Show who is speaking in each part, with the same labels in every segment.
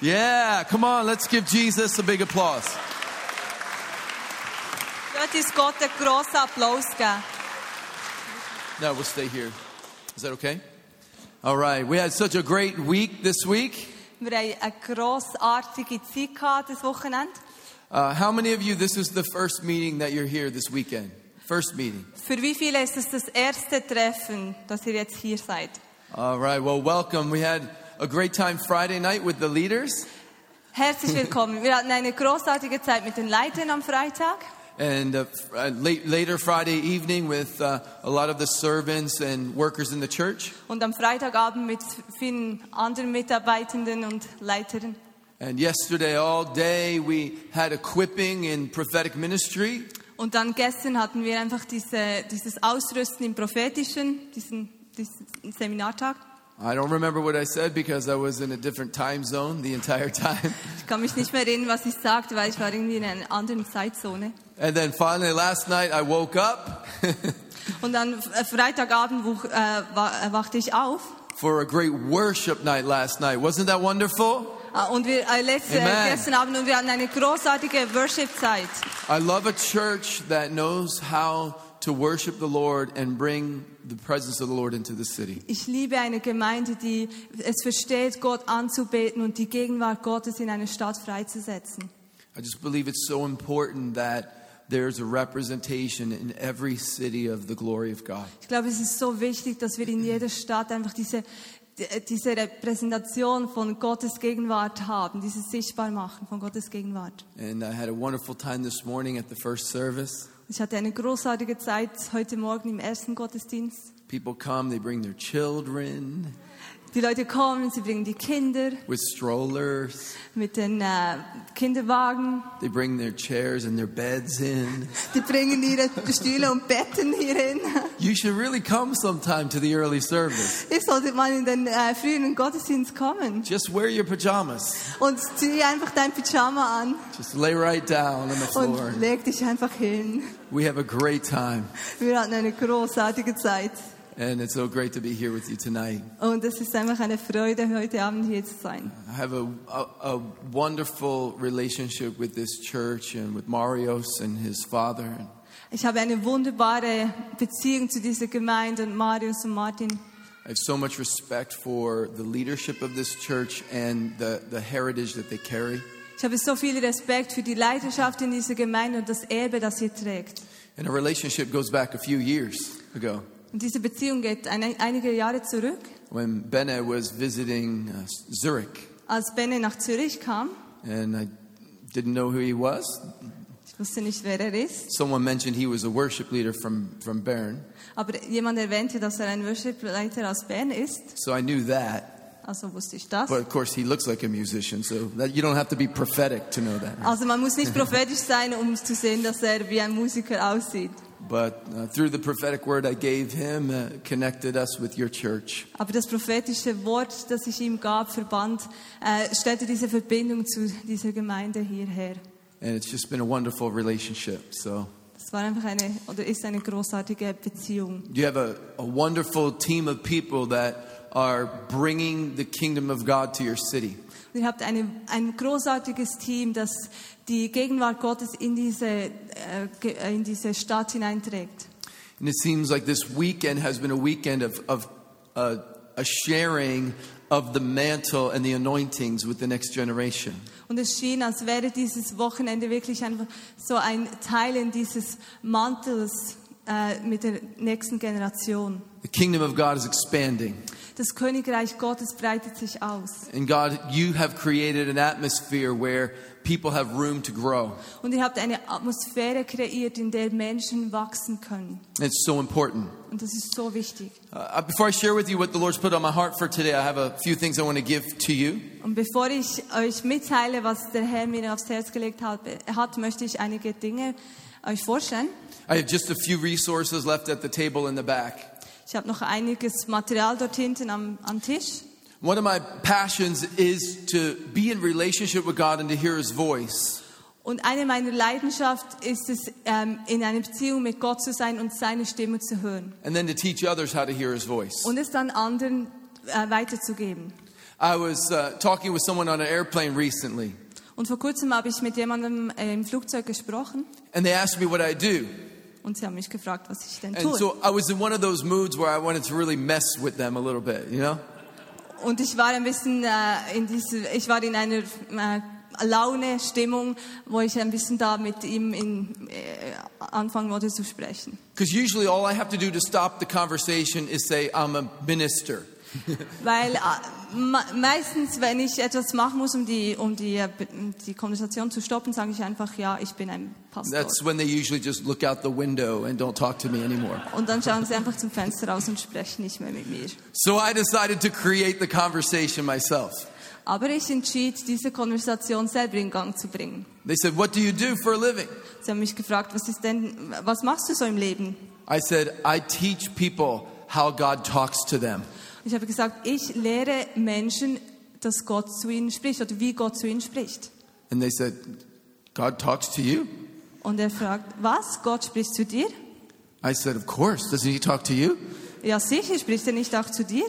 Speaker 1: Yeah, come on, let's give Jesus a big applause.
Speaker 2: Lasst uns Gott einen grossen Applaus geben.
Speaker 1: No, we'll stay here. Is that okay? All right, we had such a great week this week.
Speaker 2: Wir haben eine grossartige Zeit gehabt, das Wochenende.
Speaker 1: Uh, how many of you, this is the first meeting that you're here this weekend? First meeting.
Speaker 2: Für wie viele ist es das erste Treffen, dass ihr jetzt hier seid?
Speaker 1: All right, well, welcome. We had a great time Friday night with the leaders,
Speaker 2: Herzlich willkommen. Wir hatten eine großartige Zeit mit den Leitern am Freitag
Speaker 1: and uh, fr- uh, late, later Friday evening with uh, a lot of the servants and workers in the church.
Speaker 2: und am Freitagabend mit vielen anderen Mitarbeitenden und Leitern.
Speaker 1: And yesterday, all day, we had equipping in prophetic ministry.
Speaker 2: Und dann gestern hatten wir einfach diese, dieses Ausrüsten im Prophetischen, diesen, diesen Seminartag.
Speaker 1: I don't remember what I said because I was in a different time zone the entire time.
Speaker 2: Ich kann mich nicht mehr erinnern, was ich sagte, weil ich war irgendwie in einer anderen Zeitzone.
Speaker 1: And then finally, last night, I woke up
Speaker 2: Und dann äh, Freitagabend wuch, äh, wa- äh, wachte ich auf.
Speaker 1: for a great worship night last night. Wasn't that wonderful?
Speaker 2: Ah, Und wir äh, letzte,
Speaker 1: Amen.
Speaker 2: äh, gestern Abend und wir hatten eine großartige Worship-Zeit.
Speaker 1: I love a church that knows how to worship the Lord and bring the presence of the Lord into the city.
Speaker 2: Ich liebe eine Gemeinde, die es versteht, Gott anzubeten und die Gegenwart Gottes in einer Stadt freizusetzen.
Speaker 1: I just believe it's so important that there's a representation in every city of the glory of God.
Speaker 2: Ich glaube, es ist so wichtig, dass wir in jeder Stadt einfach diese, d- diese Repräsentation von Gottes Gegenwart haben, dieses Sichtbarmachen von Gottes Gegenwart.
Speaker 1: And I had a wonderful time this morning at the first service.
Speaker 2: Ich hatte eine großartige Zeit heute Morgen im ersten Gottesdienst.
Speaker 1: People come, they bring their children
Speaker 2: Die Leute kommen, sie bringen die Kinder
Speaker 1: with strollers,
Speaker 2: mit den äh, Kinderwagen.
Speaker 1: they bring their chairs and their beds in.
Speaker 2: Die bringen ihre Stühle und Betten hierhin.
Speaker 1: You should really come sometime to the early service.
Speaker 2: Ihr solltet mal in den äh, frühen Gottesdienst kommen
Speaker 1: Just wear your pajamas.
Speaker 2: und zieh einfach dein Pyjama an
Speaker 1: Just lay right down
Speaker 2: Oh,
Speaker 1: on the floor.
Speaker 2: und leg dich einfach hin.
Speaker 1: We have a great time.
Speaker 2: Wir hatten eine großartige Zeit
Speaker 1: And it's so great to be here with you tonight.
Speaker 2: und es ist einfach eine Freude, heute Abend hier zu sein.
Speaker 1: I have a, a, a wonderful relationship with this church and with Marios and his father.
Speaker 2: Ich habe eine wunderbare Beziehung zu dieser Gemeinde und Marius und Martin.
Speaker 1: I have so much respect for the leadership of this church and the, the heritage that they carry.
Speaker 2: Ich habe so viel Respekt für die Leidenschaft in dieser Gemeinde und das Erbe, das ihr trägt.
Speaker 1: And our relationship goes back a few years ago
Speaker 2: Und diese Beziehung geht ein, einige Jahre zurück.
Speaker 1: when Bene was visiting uh, Zurich.
Speaker 2: Als Benne nach Zürich kam,
Speaker 1: And I didn't know who he was.
Speaker 2: ich wusste nicht, wer er ist,
Speaker 1: Someone mentioned he was a worship leader from, from Bern.
Speaker 2: aber jemand erwähnte, dass er ein Worship-Leiter aus Bern ist,
Speaker 1: So I knew that.
Speaker 2: also wusste ich das.
Speaker 1: But of course, he looks like a musician, so that you don't have to be prophetic to know that.
Speaker 2: Also man muss nicht prophetisch sein, um zu sehen, dass er wie ein Musiker aussieht.
Speaker 1: But uh, through the prophetic word I gave him, uh, connected us with your church.
Speaker 2: Aber das prophetische Wort, das ich ihm gab, verband, äh, stellte diese Verbindung zu dieser Gemeinde hierher.
Speaker 1: And it's just been a wonderful relationship. So
Speaker 2: Das war einfach eine, oder ist eine großartige Beziehung.
Speaker 1: you have a, a wonderful team of people that are bringing the kingdom of God to your city.
Speaker 2: Und ihr habt eine, ein großartiges Team, das die Gegenwart Gottes in diese, äh, ge- äh, in diese Stadt hineinträgt.
Speaker 1: And it seems like this weekend has been a weekend of, of uh, a sharing of the mantle and the anointings with the next generation.
Speaker 2: Und es schien, als wäre dieses Wochenende wirklich einfach so ein Teilen dieses Mantels äh, mit der nächsten Generation.
Speaker 1: The kingdom of God is expanding.
Speaker 2: Das Königreich Gottes breitet sich aus.
Speaker 1: And God, you have created an atmosphere where people have room to grow.
Speaker 2: Und ihr habt eine Atmosphäre kreiert, in der Menschen wachsen können.
Speaker 1: It's so important.
Speaker 2: Und das ist so wichtig.
Speaker 1: Uh, before I share with you what the Lord's put on my heart for today, I have a few things I want to give to you.
Speaker 2: Und bevor ich euch mitteile, was der Herr mir aufs Herz gelegt hat, hat möchte ich einige Dinge euch vorstellen.
Speaker 1: I have just a few resources left at the table in the back.
Speaker 2: Ich habe noch einiges Material dort hinten am, am Tisch.
Speaker 1: One of my passions is to be in relationship with God and to hear His voice.
Speaker 2: Und eine meiner Leidenschaft ist es, ähm, in einer Beziehung mit Gott zu sein und seine Stimme zu hören.
Speaker 1: And then to teach others how to hear his voice.
Speaker 2: Und es dann anderen äh, weiterzugeben.
Speaker 1: I was uh, talking with someone on an airplane recently,
Speaker 2: Und vor kurzem habe ich mit jemandem äh, im Flugzeug gesprochen
Speaker 1: and they asked me what I do.
Speaker 2: und sie haben mich gefragt, was ich denn
Speaker 1: And
Speaker 2: tue.
Speaker 1: Äh, so I was in one of those moods where I wanted to really mess with them a little bit, you know?
Speaker 2: Und ich war ein bisschen äh, in diese, ich war in einer äh, Laune, Stimmung, wo ich ein bisschen da mit ihm in, äh, anfangen wollte zu sprechen.
Speaker 1: Because usually all I have to do to stop the conversation is say, I'm a minister.
Speaker 2: Weil äh, me- meistens, wenn ich etwas machen muss, um die, um die, äh, b- um die Konversation zu stoppen, sage ich einfach, ja, ich bin ein Pastor.
Speaker 1: That's when they usually just look out the window and don't talk to me anymore.
Speaker 2: und dann schauen sie einfach zum Fenster raus und sprechen nicht mehr mit mir.
Speaker 1: So I decided to create the conversation myself.
Speaker 2: Aber ich entschied, diese Konversation selber in Gang zu bringen.
Speaker 1: They said, What do you do for a living?
Speaker 2: Sie haben mich gefragt, was ist denn, was machst du so im Leben?
Speaker 1: I said, I teach people how God talks to them.
Speaker 2: Ich habe gesagt, ich lehre Menschen, dass Gott zu ihnen spricht oder wie Gott zu ihnen spricht.
Speaker 1: And they said, God talks to you?
Speaker 2: Und er fragt, was? Gott spricht zu dir?
Speaker 1: I said, Of course. Doesn't he talk to you?
Speaker 2: Ja, sicher, spricht er nicht auch zu dir?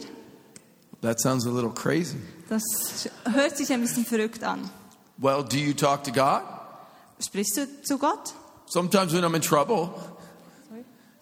Speaker 1: That sounds a little crazy.
Speaker 2: Das hört sich ein bisschen verrückt an.
Speaker 1: Well, do you talk to God?
Speaker 2: Sprichst du zu Gott?
Speaker 1: Sometimes when I'm in trouble.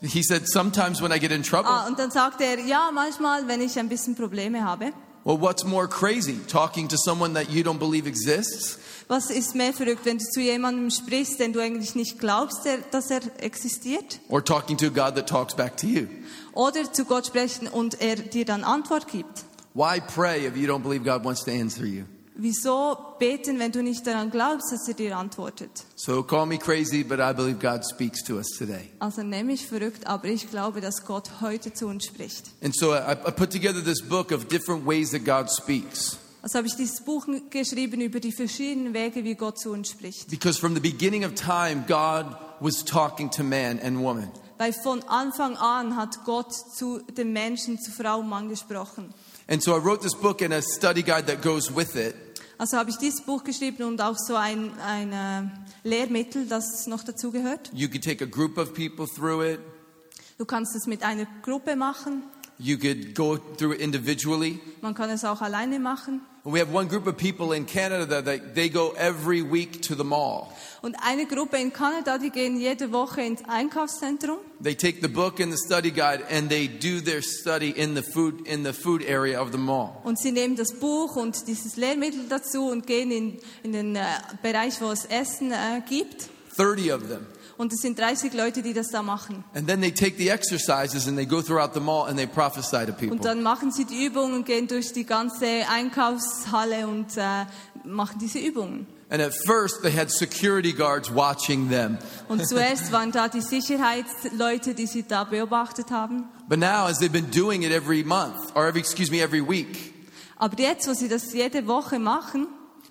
Speaker 1: He said, Sometimes when I get in trouble.
Speaker 2: Ah, und dann sagt er, ja, manchmal, wenn ich ein bisschen Probleme habe.
Speaker 1: Well, what's more crazy? Talking to someone that you don't believe exists?
Speaker 2: Was ist mehr verrückt, wenn du zu jemandem sprichst, den du eigentlich nicht glaubst, der, dass er existiert?
Speaker 1: Or talking to a God that talks back to you?
Speaker 2: Oder zu Gott sprechen und er dir dann Antwort gibt?
Speaker 1: Why pray if you don't believe God wants to answer you?
Speaker 2: Wieso beten, wenn du nicht daran glaubst, dass er dir antwortet?
Speaker 1: So call me crazy, but I believe God speaks to us today.
Speaker 2: Also nehme ich verrückt, aber ich glaube, dass Gott heute zu uns spricht.
Speaker 1: And so I, I put together this book of different ways that God speaks.
Speaker 2: Also habe ich dieses Buch geschrieben über die verschiedenen Wege, wie Gott zu uns spricht.
Speaker 1: Because from the beginning of time, God was talking to man and woman.
Speaker 2: Weil von Anfang an hat Gott zu den Menschen, zu Frau und Mann gesprochen.
Speaker 1: And so I wrote this book and a study guide that goes with it.
Speaker 2: Also habe ich dieses Buch geschrieben und auch so ein, ein äh, Lehrmittel, das noch dazugehört.
Speaker 1: You could take a group of people through it,
Speaker 2: Du kannst es mit einer Gruppe machen,
Speaker 1: you could go through it individually.
Speaker 2: man kann es auch alleine machen.
Speaker 1: And we have one group of people in Canada that they go every week to the mall.
Speaker 2: Und eine Gruppe in Kanada, die gehen jede Woche ins Einkaufszentrum
Speaker 1: They take the book and the study guide and they do their study in the food in the food area of the mall.
Speaker 2: und sie nehmen das Buch und dieses Lehrmittel dazu und gehen in, in den äh, Bereich, wo es Essen äh, gibt.
Speaker 1: 30 of them.
Speaker 2: Und es sind 30 Leute, die das da machen.
Speaker 1: And then they take the exercises and they go throughout the mall and they prophesy to people.
Speaker 2: Und dann machen sie die Übungen, gehen durch die ganze Einkaufshalle und äh, machen diese Übungen.
Speaker 1: And at first they had security guards watching them.
Speaker 2: Und zuerst waren da die Sicherheitsleute, die sie da beobachtet haben.
Speaker 1: But now as they've been doing it every month or every excuse me every week,
Speaker 2: Aber jetzt, wo sie das jede Woche machen,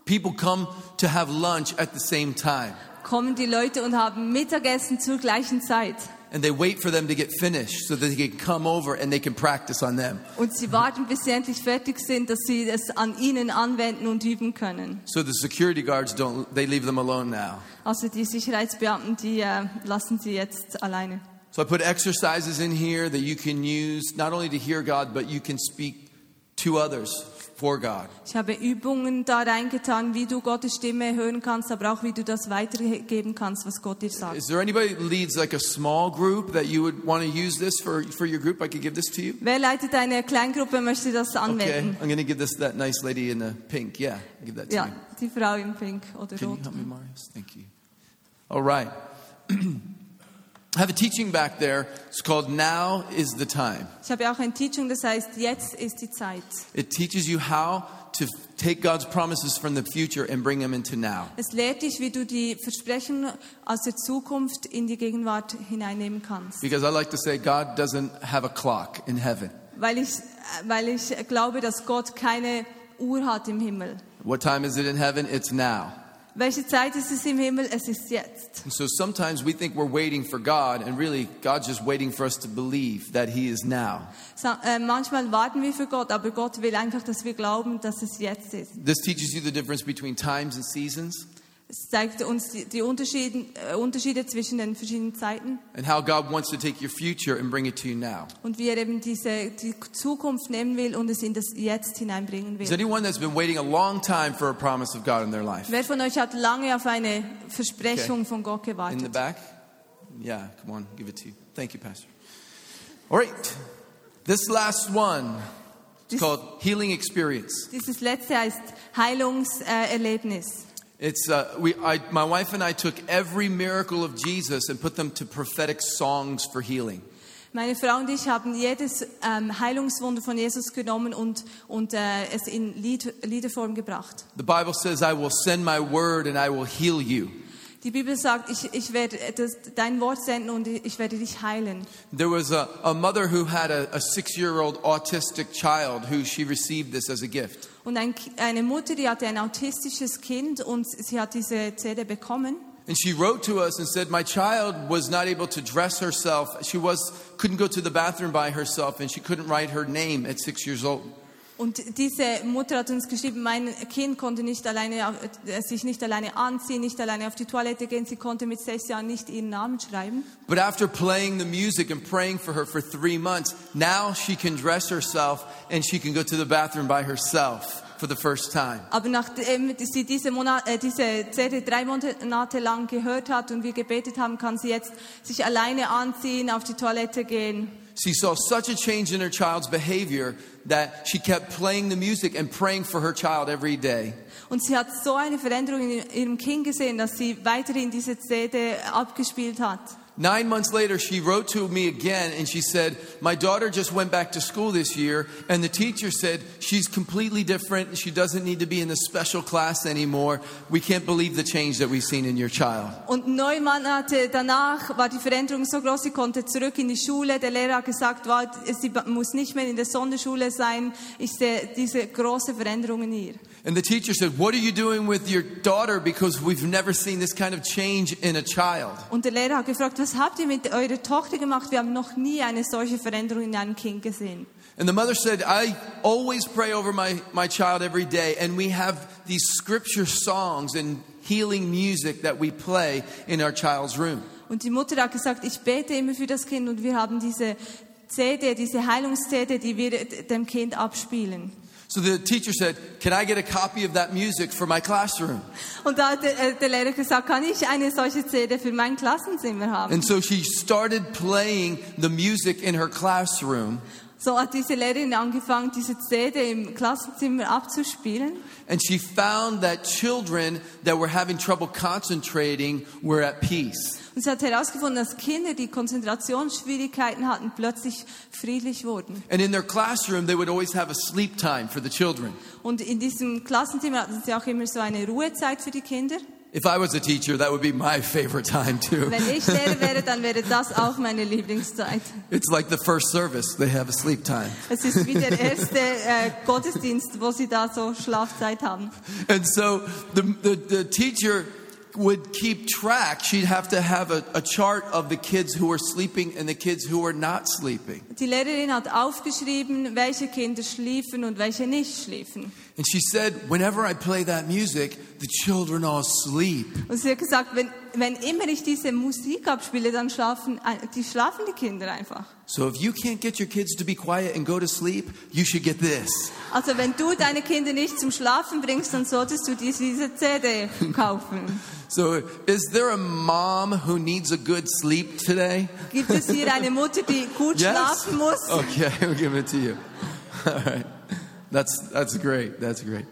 Speaker 1: people come to have lunch at the same time
Speaker 2: kommen die Leute und haben Mittagessen zur gleichen Zeit.
Speaker 1: and they wait for them to get finished so that they can come over and they can practice on them.
Speaker 2: Und sie warten, bis sie endlich fertig sind, dass sie es an ihnen anwenden und üben können.
Speaker 1: So the security guards don't, they leave them alone now.
Speaker 2: Also die Sicherheitsbeamten, die äh, lassen sie jetzt alleine.
Speaker 1: So I put exercises in here that you can use not only to hear God, but you can speak to others for God.
Speaker 2: Ich habe Übungen da reingetan, wie du Gottes Stimme hören kannst, aber auch wie du das weitergeben kannst, was Gott dir sagt.
Speaker 1: Is there anybody that leads like a small group that you would want to use this for, for your group? I could give this to you.
Speaker 2: Wer leitet eine Kleingruppe, möchte das
Speaker 1: Okay, I'm
Speaker 2: anwenden?
Speaker 1: going to give this to that nice lady in the pink. Yeah, give that to
Speaker 2: Ja,
Speaker 1: you.
Speaker 2: die Frau in Pink oder
Speaker 1: Can
Speaker 2: Rot.
Speaker 1: you help me, Marius? Thank you. All right. I have a teaching back there. It's called Now is the Time.
Speaker 2: Ich habe auch ein Teaching, das heißt, jetzt ist die Zeit.
Speaker 1: It teaches you how to take God's promises from the future and bring them into now.
Speaker 2: Es lehrt dich, wie du die Versprechen aus der Zukunft in die Gegenwart hineinnehmen kannst.
Speaker 1: Because I like to say God doesn't have a clock in heaven.
Speaker 2: Weil ich, weil ich glaube, dass Gott keine Uhr hat im Himmel.
Speaker 1: What time is it in heaven? It's now.
Speaker 2: Welche Zeit ist es im Himmel? Es ist jetzt.
Speaker 1: And so sometimes we think we're waiting for God, and really God's just waiting for us to believe that He is now.
Speaker 2: Sa- äh, Manchmal warten wir für Gott, aber Gott will einfach, dass wir glauben, dass es jetzt ist.
Speaker 1: This teaches you the difference between times and seasons.
Speaker 2: Es zeigt uns die, die Unterschiede, äh, Unterschiede zwischen den verschiedenen Zeiten
Speaker 1: and how God wants to take your future and bring it to you now.
Speaker 2: und wie er eben diese, die Zukunft nehmen will und es in das Jetzt hineinbringen
Speaker 1: Is
Speaker 2: will.
Speaker 1: anyone that's been waiting a long time for a promise of God in their life?
Speaker 2: Wer von euch hat lange auf eine Versprechung von
Speaker 1: In
Speaker 2: Gott
Speaker 1: the
Speaker 2: gewartet?
Speaker 1: back? Yeah, come on, give it to you. Thank you, Pastor. All right. This last one is
Speaker 2: This-
Speaker 1: called Healing Experience.
Speaker 2: Dieses letzte heißt Heilungserlebnis.
Speaker 1: It's, uh, we, I, my wife and I took every miracle of Jesus and put them to prophetic songs for healing.
Speaker 2: Meine Frau und ich haben jedes ähm, Heilungswunder von Jesus genommen und, und äh, es in Lied, Liederform gebracht.
Speaker 1: The Bible says, I will send my word and I will heal you.
Speaker 2: Die Bibel sagt, ich, ich werde das, dein Wort senden und ich werde dich heilen.
Speaker 1: There was a, a mother who had a, a six year old autistic child who she received this as a gift.
Speaker 2: Und ein, Ki- eine Mutter, die hatte ein autistisches Kind und sie hat diese CD bekommen.
Speaker 1: And she wrote to us and said, My child was not able to dress herself. She was, couldn't go to the bathroom by herself, and she couldn't write her name at six years old.
Speaker 2: Und diese Mutter hat uns geschrieben, mein Kind konnte nicht alleine, auf- äh, sich nicht alleine anziehen, nicht alleine auf die Toilette gehen. Sie konnte mit sechs Jahren nicht ihren Namen schreiben.
Speaker 1: But after playing the music and praying for her for three months, now she can dress herself and she can go to the bathroom by herself for the first time.
Speaker 2: Aber nachdem sie diese, Monat, äh, diese CD drei Monate lang gehört hat und wir gebetet haben, kann sie jetzt sich alleine anziehen, auf die Toilette gehen.
Speaker 1: She saw such a change in her child's behavior that she kept playing the music and praying for her child every day.
Speaker 2: Und sie hat so eine Veränderung in ihrem Kind gesehen, dass sie weiterhin diese CD abgespielt hat.
Speaker 1: Nine months later, she wrote to me again and she said, My daughter just went back to school this year, and the teacher said, She's completely different. She doesn't need to be in the special class anymore. We can't believe the change that we've seen in your child.
Speaker 2: Und neun Monate danach war die Veränderung so groß, sie konnte zurück in die Schule. Der Lehrer hat gesagt, wow, sie muss nicht mehr in der Sonderschule sein. Ich sehe diese große Veränderung in ihr.
Speaker 1: And the teacher said, What are you doing with your daughter? Because we've never seen this kind of change in a child.
Speaker 2: Und der Lehrer hat gefragt, was habt ihr mit eurer Tochter gemacht? Wir haben noch nie eine solche Veränderung in einem Kind gesehen.
Speaker 1: And the mother said, I always pray over my, my child every day, and we have these scripture songs and healing music that we play in our child's room.
Speaker 2: Und die Mutter hat gesagt, ich bete immer für das Kind und wir haben diese CD, diese Heilungs-CD, die wir dem Kind abspielen.
Speaker 1: So the teacher said, Can I get a copy of that music for my classroom?
Speaker 2: Und da hat der, äh, der Lehrer gesagt, kann ich eine solche CD für mein Klassenzimmer haben?
Speaker 1: And so she started playing the music in her classroom,
Speaker 2: So hat diese Lehrerin angefangen, diese CD im Klassenzimmer abzuspielen.
Speaker 1: and she found that children that were having trouble concentrating were at peace.
Speaker 2: Und sie hat herausgefunden, dass Kinder, die Konzentrationsschwierigkeiten hatten, plötzlich friedlich wurden.
Speaker 1: And in their classroom, they would always have a sleep time for the children.
Speaker 2: Und in diesem Klassenzimmer hatten sie auch immer so eine Ruhezeit für die Kinder.
Speaker 1: If I was a teacher, that would be my favorite time too.
Speaker 2: Wenn ich Lehrer wäre, dann wäre das auch meine Lieblingszeit.
Speaker 1: It's like the first service, they have a sleep time.
Speaker 2: Es ist wie der erste äh, Gottesdienst, wo sie da so Schlafzeit haben.
Speaker 1: And so the, the, the teacher would keep track. She'd have to have a, a chart of the kids who were sleeping and the kids who were not sleeping.
Speaker 2: Die Lehrerin hat aufgeschrieben, welche Kinder schliefen und welche nicht schliefen.
Speaker 1: And she said, Whenever I play that music, the children all sleep.
Speaker 2: Und sie hat gesagt, wenn, wenn immer ich diese Musik abspiele, dann schlafen ein- die, schlafen die Kinder einfach.
Speaker 1: So if you can't get your kids to be quiet and go to sleep, you should get this.
Speaker 2: Also wenn du deine Kinder nicht zum Schlafen bringst, dann solltest du diese, diese CD kaufen.
Speaker 1: So is there a mom who needs a good sleep today?
Speaker 2: Gibt es hier eine Mutter, die gut
Speaker 1: Yes. Oh.
Speaker 2: schlafen muss?
Speaker 1: Okay, we'll give it to you. All right. That's that's great. That's great.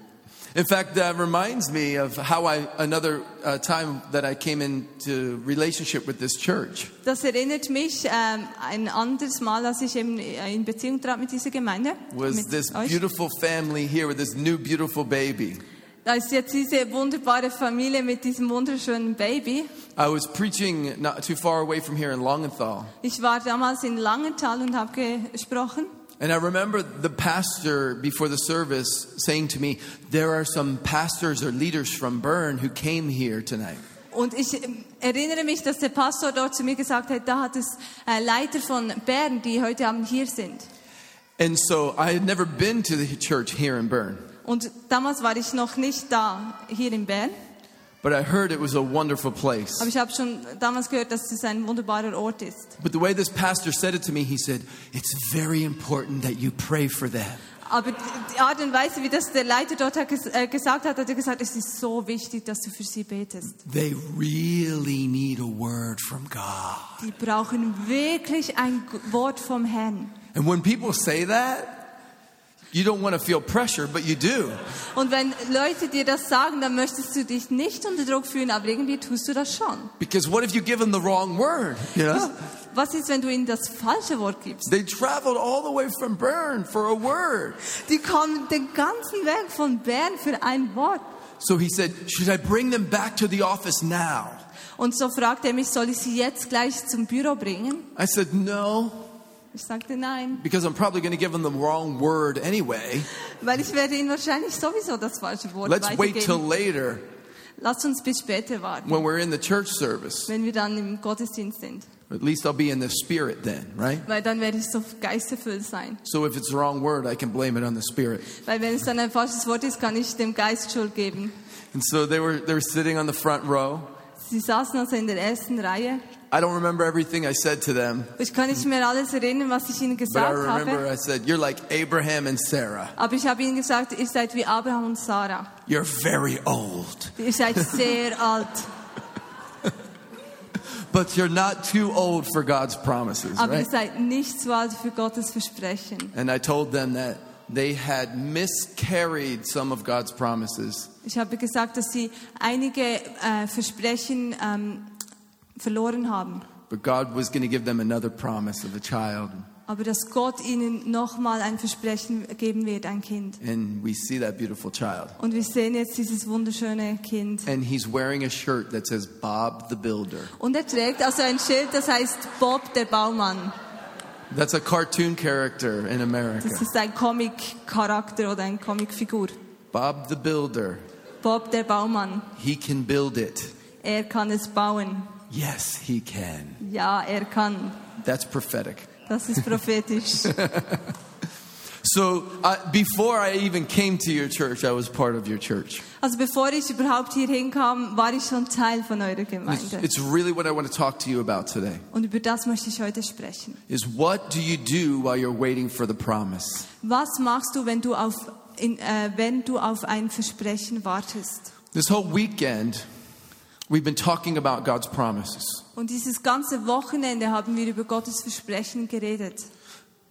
Speaker 1: In fact, that reminds me of how I another uh, time that I came into relationship with this church.
Speaker 2: Das erinnert mich ähm, ein anderes Mal, als ich eben in Beziehung trat mit dieser Gemeinde.
Speaker 1: Was
Speaker 2: mit
Speaker 1: this
Speaker 2: euch.
Speaker 1: beautiful family here with this new beautiful baby?
Speaker 2: Da ist jetzt diese wunderbare Familie mit diesem wunderschönen Baby.
Speaker 1: I was preaching not too far away from here in Longenthal,
Speaker 2: Ich war damals in Langenthal und habe gesprochen.
Speaker 1: and I remember the pastor before the service saying to me, "There are some pastors or leaders from Bern who came here tonight."
Speaker 2: Und ich ähm, erinnere mich, dass der Pastor dort zu mir gesagt hat, da hat es äh, Leiter von Bern, die heute Abend hier sind.
Speaker 1: And so I had never been to the church here in Bern.
Speaker 2: Und damals war ich noch nicht da, hier in Bern.
Speaker 1: But I heard it was a wonderful place.
Speaker 2: Aber ich habe schon damals gehört, dass es ein wunderbarer Ort ist.
Speaker 1: But the way this pastor said it to me, he said, It's very important that you pray for them.
Speaker 2: Aber die Art und Weise, wie das der Leiter dort hat, ges- äh, gesagt hat, hat er gesagt, es ist so wichtig, dass du für sie betest.
Speaker 1: They really need a word from God.
Speaker 2: Die brauchen wirklich ein G- Wort vom Herrn.
Speaker 1: And when people say that, you don't want to feel pressure, but you do.
Speaker 2: Und wenn Leute dir das sagen, dann möchtest du dich nicht unter Druck fühlen, aber irgendwie tust du das schon.
Speaker 1: Because what if you give them the wrong word? You know?
Speaker 2: Was ist, wenn du ihnen das falsche Wort gibst?
Speaker 1: They traveled all the way from Bern for a word.
Speaker 2: Die kommen den ganzen Weg von Bern für ein Wort.
Speaker 1: So he said, Should I bring them back to the office now?
Speaker 2: Und so fragte er mich, soll ich sie jetzt gleich zum Büro bringen?
Speaker 1: I said, No,
Speaker 2: Ich sagte nein,
Speaker 1: because I'm probably going to give them the wrong word anyway.
Speaker 2: weil ich werde ihnen wahrscheinlich sowieso das falsche Wort
Speaker 1: Let's wait till
Speaker 2: weitergeben.
Speaker 1: later
Speaker 2: Lasst uns bis später warten,
Speaker 1: when we're in the church service.
Speaker 2: wenn wir dann im Gottesdienst sind,
Speaker 1: At least I'll be in the spirit then, right?
Speaker 2: weil dann werde ich so geisterfüllt sein.
Speaker 1: So if it's the wrong word, I can blame it on the spirit.
Speaker 2: Weil wenn es dann ein falsches Wort ist, kann ich dem Geist Schuld geben.
Speaker 1: And so they were they were sitting on the front row.
Speaker 2: Sie saßen also in der ersten Reihe.
Speaker 1: I don't remember everything I said to them,
Speaker 2: Ich kann nicht mehr alles erinnern, was ich ihnen
Speaker 1: but I
Speaker 2: gesagt
Speaker 1: remember
Speaker 2: habe.
Speaker 1: I said, "You're like Abraham and Sarah.
Speaker 2: Aber ich habe ihnen gesagt, ihr seid wie Abraham und Sarah.
Speaker 1: You're very old,
Speaker 2: Ihr seid sehr alt,
Speaker 1: but you're not too old for God's promises,
Speaker 2: aber ihr
Speaker 1: right?"
Speaker 2: seid nicht zu alt für Gottes Versprechen.
Speaker 1: And I told them that they had miscarried some of God's promises.
Speaker 2: Ich habe gesagt, dass sie einige äh, Versprechen ähm, verloren haben,
Speaker 1: But God was going to give them another promise of a child.
Speaker 2: aber dass Gott ihnen nochmal ein Versprechen geben wird, ein Kind.
Speaker 1: And we see that beautiful child.
Speaker 2: Und wir sehen jetzt dieses wunderschöne Kind.
Speaker 1: And he's wearing a shirt that says Bob the Builder.
Speaker 2: Und er trägt also ein Schild, das heißt Bob der Baumann.
Speaker 1: That's a cartoon character in America.
Speaker 2: Das ist ein Comic-Charakter oder eine Comicfigur.
Speaker 1: Bob the Builder.
Speaker 2: Bob der Baumann.
Speaker 1: He can build it.
Speaker 2: Er kann es bauen.
Speaker 1: Yes, he can.
Speaker 2: Ja, er kann.
Speaker 1: That's prophetic.
Speaker 2: Das ist prophetisch.
Speaker 1: So, uh, before I even came to your church, I was part of your church.
Speaker 2: Also bevor ich überhaupt hier hinkam, war ich schon Teil von eurer
Speaker 1: It's,
Speaker 2: Gemeinde.
Speaker 1: it's really what I want to talk to you about today.
Speaker 2: Und über das möchte ich heute sprechen.
Speaker 1: Is what do you do while you're waiting for the promise?
Speaker 2: Was machst du, wenn du auf, in, äh, wenn du auf ein Versprechen wartest?
Speaker 1: This whole weekend, we've been talking about God's promises.
Speaker 2: Und dieses ganze Wochenende haben wir über Gottes Versprechen geredet.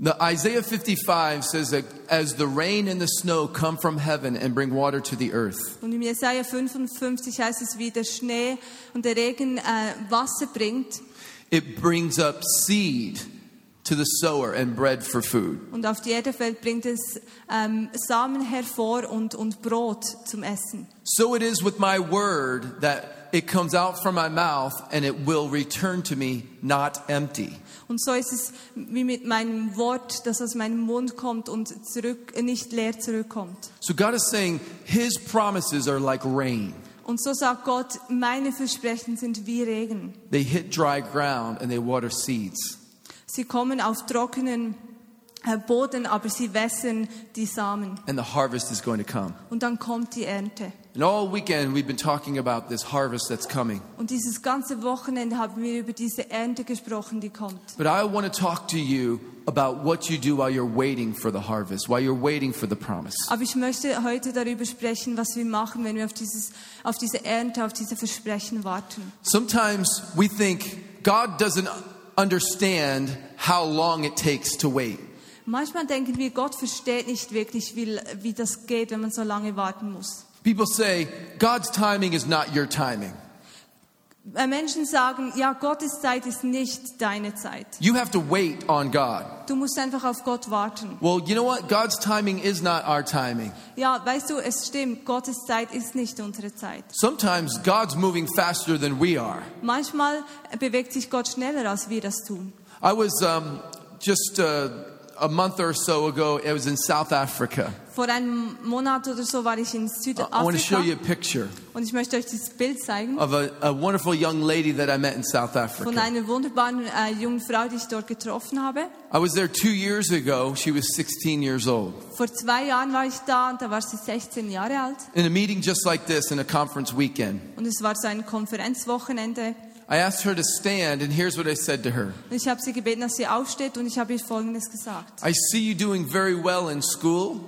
Speaker 1: The Isaiah 55 says that as the rain and the snow come from heaven and bring water to the earth,
Speaker 2: Und im Jesaja 55 heißt es, wie der Schnee und der Regen äh, Wasser bringt
Speaker 1: it brings up seed to the sower and bread for food.
Speaker 2: und auf die Erde fällt, bringt es ähm, Samen hervor und, und Brot zum Essen.
Speaker 1: So it is with my word that it comes out from my mouth and it will return to me not empty.
Speaker 2: Und so ist es wie mit meinem Wort, das aus meinem Mund kommt und zurück, äh, nicht leer zurückkommt.
Speaker 1: So God is saying his promises are like rain.
Speaker 2: Und so sagt Gott, meine Versprechen sind wie Regen.
Speaker 1: They hit dry ground and they water seeds.
Speaker 2: Sie kommen auf trockenen äh, Boden, aber sie wässern die Samen.
Speaker 1: And the harvest is going to come.
Speaker 2: Und dann kommt die Ernte.
Speaker 1: And all weekend we've been talking about this harvest that's coming.
Speaker 2: Und dieses ganze Wochenende haben wir über diese Ernte gesprochen, die kommt.
Speaker 1: But I want to talk to you about what you do while you're waiting for the harvest, while you're waiting for the promise.
Speaker 2: Aber ich möchte heute darüber sprechen, was wir machen, wenn wir auf, dieses, auf diese Ernte, auf diese Versprechen warten.
Speaker 1: Sometimes we think God doesn't understand how long it takes to wait.
Speaker 2: Manchmal denken wir, Gott versteht nicht wirklich, wie, wie das geht, wenn man so lange warten muss.
Speaker 1: People say, God's timing is not your timing.
Speaker 2: Äh, Menschen sagen, ja, Gottes Zeit ist nicht deine Zeit.
Speaker 1: You have to wait on God.
Speaker 2: Du musst einfach auf Gott warten.
Speaker 1: Well, you know what? God's timing is not our timing.
Speaker 2: Ja, weißt du, es stimmt, Gottes Zeit ist nicht unsere Zeit.
Speaker 1: Sometimes God's moving faster than we are.
Speaker 2: Manchmal bewegt sich Gott schneller, als wir das tun.
Speaker 1: I was um, just uh, a month or so ago, I was in South Africa.
Speaker 2: Vor einem Monat oder so war ich in
Speaker 1: I want to show
Speaker 2: Südafrika
Speaker 1: you a picture
Speaker 2: und ich möchte euch dieses Bild zeigen
Speaker 1: of a, a wonderful young lady that I met in South
Speaker 2: von
Speaker 1: Africa.
Speaker 2: einer wunderbaren äh, jungen Frau, die ich dort getroffen habe.
Speaker 1: I was there two years ago. She was 16 years old.
Speaker 2: Vor zwei Jahren war ich da und da war sie 16 Jahre alt
Speaker 1: In a meeting just like this, in a conference weekend,
Speaker 2: und es war so ein Konferenzwochenende.
Speaker 1: I asked her to stand, and here's what I said to her
Speaker 2: Und ich habe sie gebeten, dass sie aufsteht und ich habe ihr Folgendes gesagt.
Speaker 1: I see you doing very well in school.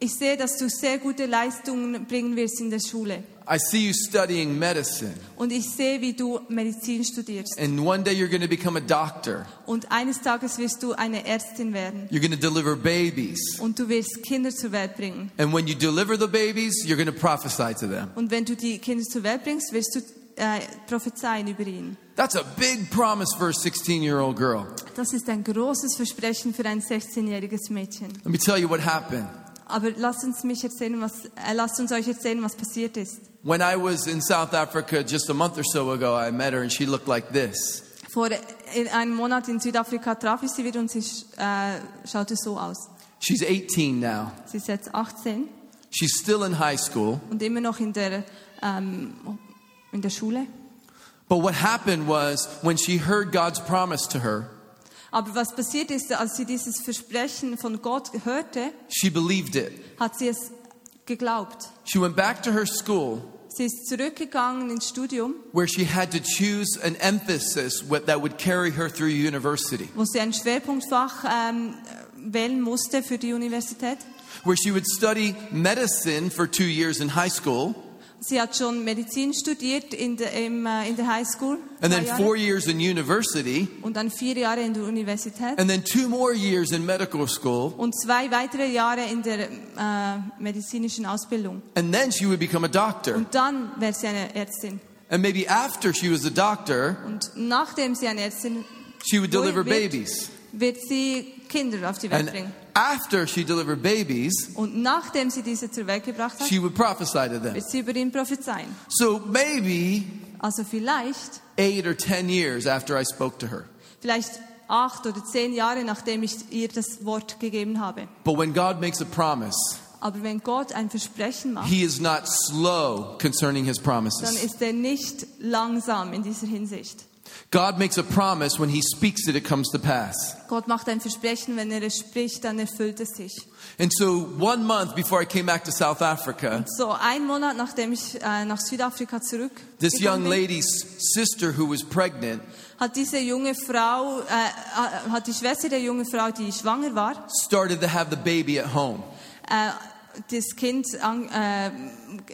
Speaker 2: Ich sehe, dass du sehr gute Leistungen bringen wirst in der Schule
Speaker 1: I see you studying medicine,
Speaker 2: und ich sehe, wie du Medizin studierst
Speaker 1: and one day you're going to become a doctor.
Speaker 2: und eines Tages wirst du eine Ärztin werden
Speaker 1: You're going to deliver babies.
Speaker 2: und du wirst Kinder zur Welt bringen.
Speaker 1: And when you deliver the babies, you're going to prophesy to them.
Speaker 2: Und wenn du die Kinder zur Welt bringst, wirst du äh, prophezeien über ihn.
Speaker 1: That's a big promise for a 16 year old girl.
Speaker 2: Das ist ein großes Versprechen für ein 16-jähriges Mädchen.
Speaker 1: Let me tell you what happened.
Speaker 2: Aber lasst uns, mich erzählen, was, äh, lasst uns euch erzählen, was passiert ist.
Speaker 1: When I was in South Africa just a month or so ago, I met her and she looked like this.
Speaker 2: Vor in einem Monat in Südafrika traf ich sie wieder und sie sch- äh, schaute so aus.
Speaker 1: She's 18 now.
Speaker 2: Sie ist jetzt 18
Speaker 1: She's still in high school.
Speaker 2: und immer noch in der, ähm, in der Schule.
Speaker 1: But what happened was when she heard God's promise to her,
Speaker 2: Aber was passiert ist, als sie dieses Versprechen von Gott hörte,
Speaker 1: she believed it.
Speaker 2: hat sie es geglaubt.
Speaker 1: She went back to her school
Speaker 2: Sie ist zurückgegangen ins Studium,
Speaker 1: where she had to choose an emphasis what- that would carry her through university,
Speaker 2: wo sie ein Schwerpunktfach ähm, wählen musste für die Universität.
Speaker 1: where she would study medicine for two years in high school
Speaker 2: Sie hat schon Medizin studiert in der, im, äh, in der High School
Speaker 1: and
Speaker 2: zwei
Speaker 1: then
Speaker 2: Jahre,
Speaker 1: four years in university
Speaker 2: und dann vier Jahre in der Universität
Speaker 1: and then two more years in medical school
Speaker 2: und zwei weitere Jahre in der äh, medizinischen Ausbildung.
Speaker 1: and then she would become a doctor.
Speaker 2: Und dann wäre sie eine Ärztin.
Speaker 1: And maybe after she was a doctor,
Speaker 2: Und nachdem sie eine Ärztin
Speaker 1: she would deliver
Speaker 2: Wait, wait.
Speaker 1: babies.
Speaker 2: wird sie Kinder auf die Welt
Speaker 1: And
Speaker 2: bringen.
Speaker 1: after she delivered babies,
Speaker 2: Und nachdem sie diese zur Welt gebracht hat,
Speaker 1: she would prophesy to them.
Speaker 2: wird sie über ihn prophezeien.
Speaker 1: So maybe
Speaker 2: Also vielleicht,
Speaker 1: eight or ten years after I spoke to her.
Speaker 2: vielleicht acht oder zehn Jahre, nachdem ich ihr das Wort gegeben habe.
Speaker 1: But when God makes a promise,
Speaker 2: Aber wenn Gott ein Versprechen macht,
Speaker 1: He is not slow concerning His
Speaker 2: dann
Speaker 1: promises.
Speaker 2: ist er nicht langsam in dieser Hinsicht.
Speaker 1: God makes a promise when He speaks it, it comes to pass.
Speaker 2: Gott macht ein Versprechen, wenn er es spricht, dann erfüllt es sich.
Speaker 1: And so, one month before I came back to South Africa,
Speaker 2: So ein Monat nachdem ich äh, nach Südafrika zurück
Speaker 1: this young
Speaker 2: bin,
Speaker 1: lady's sister who was pregnant
Speaker 2: hat diese junge Frau, äh, äh, hat die Schwester der jungen Frau, die schwanger war,
Speaker 1: started to have the baby at home.
Speaker 2: äh, das Kind an, äh,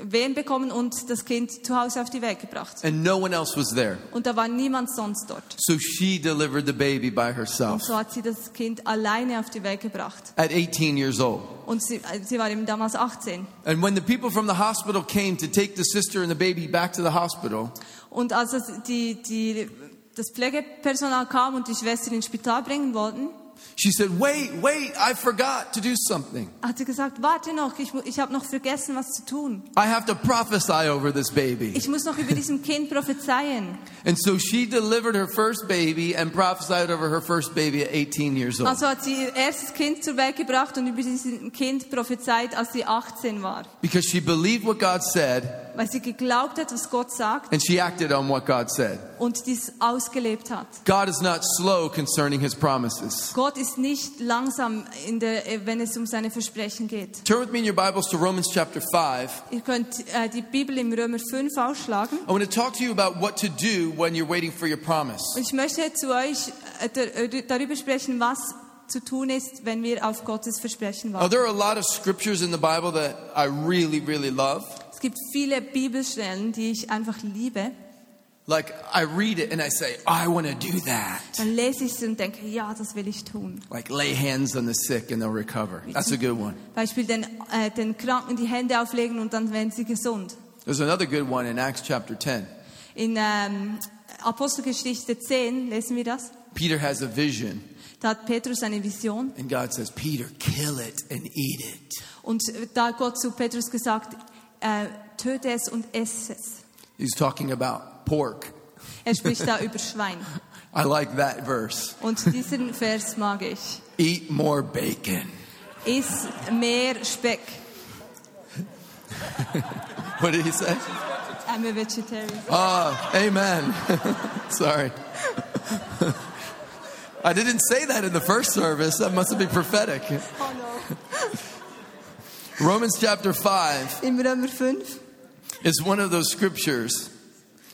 Speaker 2: wehen bekommen und das Kind zu Hause auf die Welt gebracht.
Speaker 1: And no one else was there.
Speaker 2: Und da war niemand sonst dort.
Speaker 1: So she delivered the baby by herself
Speaker 2: So hat sie das Kind alleine auf die Welt gebracht.
Speaker 1: at 18 years old.
Speaker 2: Und sie, äh, sie war eben damals 18.
Speaker 1: And when the people from the hospital came to take the sister and the baby back to the hospital,
Speaker 2: Und als es die, die, das Pflegepersonal kam und die Schwester ins Spital bringen wollten,
Speaker 1: she said, Wait, wait, I forgot to do something.
Speaker 2: hat sie gesagt, warte noch, ich, mu- ich habe noch vergessen, was zu tun.
Speaker 1: I have to prophesy over this baby.
Speaker 2: Ich muss noch über diesem Kind prophezeien.
Speaker 1: And so she delivered her first baby and prophesied over her first baby at 18 years old
Speaker 2: Also hat sie ihr erstes Kind zur Welt gebracht und über diesem Kind prophezeit, als sie 18 war.
Speaker 1: because she believed what God said
Speaker 2: Weil sie geglaubt hat, was Gott sagt
Speaker 1: and she acted on what God said.
Speaker 2: und dies ausgelebt hat.
Speaker 1: God is not slow concerning his promises.
Speaker 2: Gott ist nicht langsam, in der, äh, wenn es um seine Versprechen geht.
Speaker 1: Turn with me in your Bibles to Romans chapter 5.
Speaker 2: Ihr könnt äh, die Bibel im Römer 5 ausschlagen.
Speaker 1: I want to talk to you about what to do when you're waiting for your promise.
Speaker 2: Und Ich möchte zu euch äh, dar- äh, darüber sprechen, was zu tun ist, wenn wir auf Gottes Versprechen
Speaker 1: Oh,
Speaker 2: warten.
Speaker 1: there are a lot of scriptures in the Bible that I really, really love.
Speaker 2: Es gibt viele Bibelstellen, die ich einfach liebe.
Speaker 1: Like, I read it and I say, I want to do that.
Speaker 2: Dann lese ich sie und denke, ja, das will ich tun.
Speaker 1: Like, lay hands on the sick and they'll recover. That's a good one.
Speaker 2: Beispiel den, äh, den Kranken die Hände auflegen und dann werden sie gesund.
Speaker 1: There's another good one in Acts chapter 10.
Speaker 2: In ähm, Apostelgeschichte 10 lesen wir das.
Speaker 1: Peter has a vision
Speaker 2: Da hat Petrus eine Vision
Speaker 1: and God says, Peter, kill it and eat it.
Speaker 2: und da hat Gott zu Petrus gesagt, äh, töte es und ess es.
Speaker 1: He's talking about pork.
Speaker 2: Er spricht da über Schwein.
Speaker 1: I like that verse.
Speaker 2: Und diesen Vers mag ich.
Speaker 1: Eat more bacon.
Speaker 2: Iss mehr Speck.
Speaker 1: What did he say?
Speaker 2: I'm a vegetarian.
Speaker 1: Ah, amen. Sorry. I didn't say that in the first service. That must have been prophetic.
Speaker 2: Oh no.
Speaker 1: Romans chapter 5
Speaker 2: Im Römer 5
Speaker 1: is one of those scriptures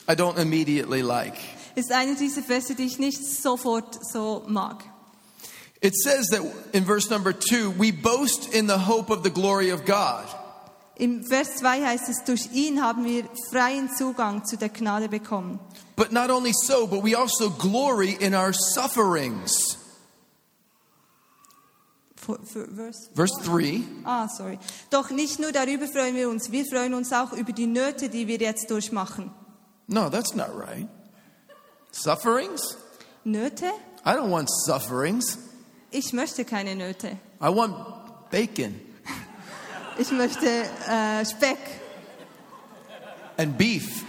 Speaker 1: I don't immediately like.
Speaker 2: ist einer dieser Verse, die ich nicht sofort so mag.
Speaker 1: It says that in verse number 2, we boast in the hope of the glory of God.
Speaker 2: Im Vers 2 heißt es, durch ihn haben wir freien Zugang zu der Gnade bekommen.
Speaker 1: But not only so, but we also glory in our sufferings.
Speaker 2: Vor- vor- Vers
Speaker 1: Verse 3
Speaker 2: Ah, sorry. Doch nicht nur darüber freuen wir uns, wir freuen uns auch über die Nöte, die wir jetzt durchmachen.
Speaker 1: No, that's not right. Sufferings?
Speaker 2: Nöte?
Speaker 1: I don't want sufferings.
Speaker 2: Ich möchte keine Nöte.
Speaker 1: I want bacon
Speaker 2: Ich möchte äh, Speck.
Speaker 1: and beef.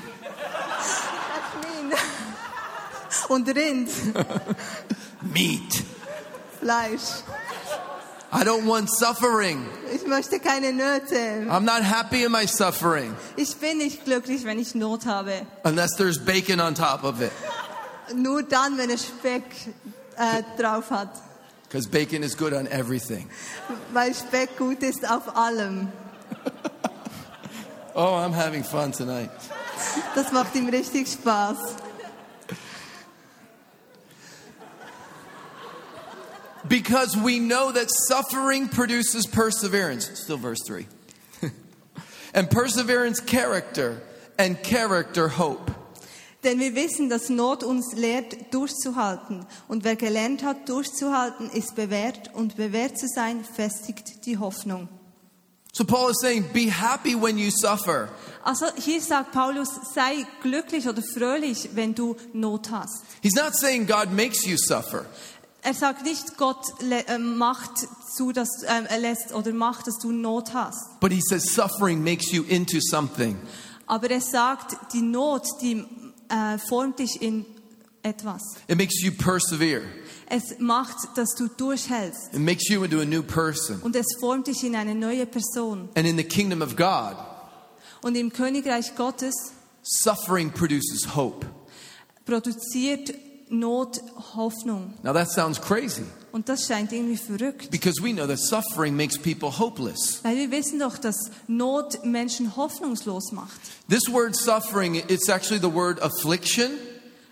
Speaker 2: Und Rind,
Speaker 1: Meat.
Speaker 2: Fleisch.
Speaker 1: I don't want suffering.
Speaker 2: Ich möchte keine Nöte.
Speaker 1: I'm not happy in my suffering
Speaker 2: Ich bin nicht glücklich, wenn ich Not habe.
Speaker 1: unless there's bacon on top of it.
Speaker 2: Nur dann, wenn er Speck äh, drauf hat.
Speaker 1: Because bacon is good on everything.
Speaker 2: Weil Speck gut ist auf allem.
Speaker 1: Oh, I'm having fun tonight.
Speaker 2: Das macht ihm richtig Spaß.
Speaker 1: Because we know that suffering produces perseverance. Still verse 3. and perseverance, character, and character, hope.
Speaker 2: Denn wir wissen, dass Not uns lehrt, durchzuhalten. Und wer gelernt hat, durchzuhalten, ist bewährt. Und bewährt zu sein, festigt die Hoffnung.
Speaker 1: So Paul is saying, be happy when you suffer.
Speaker 2: Also hier sagt Paulus, sei glücklich oder fröhlich, wenn du Not hast.
Speaker 1: He's not saying God makes you suffer.
Speaker 2: Er sagt nicht, Gott lä- äh, macht zu, dass ähm, er lässt oder macht, dass du Not hast.
Speaker 1: But he says suffering makes you into something.
Speaker 2: Aber er sagt, die Not, die äh, formt dich in etwas.
Speaker 1: It makes you persevere.
Speaker 2: Es macht, dass du durchhältst.
Speaker 1: It makes you into a new person.
Speaker 2: Und es formt dich in eine neue Person.
Speaker 1: And in the kingdom of God,
Speaker 2: Und im Königreich Gottes
Speaker 1: suffering produces hope.
Speaker 2: produziert Not Hoffnung.
Speaker 1: Now that sounds crazy
Speaker 2: Und das scheint irgendwie verrückt.
Speaker 1: because we know that suffering makes people hopeless.
Speaker 2: Weil wir wissen doch, dass Not Menschen hoffnungslos macht.
Speaker 1: This word suffering, it's actually the word affliction.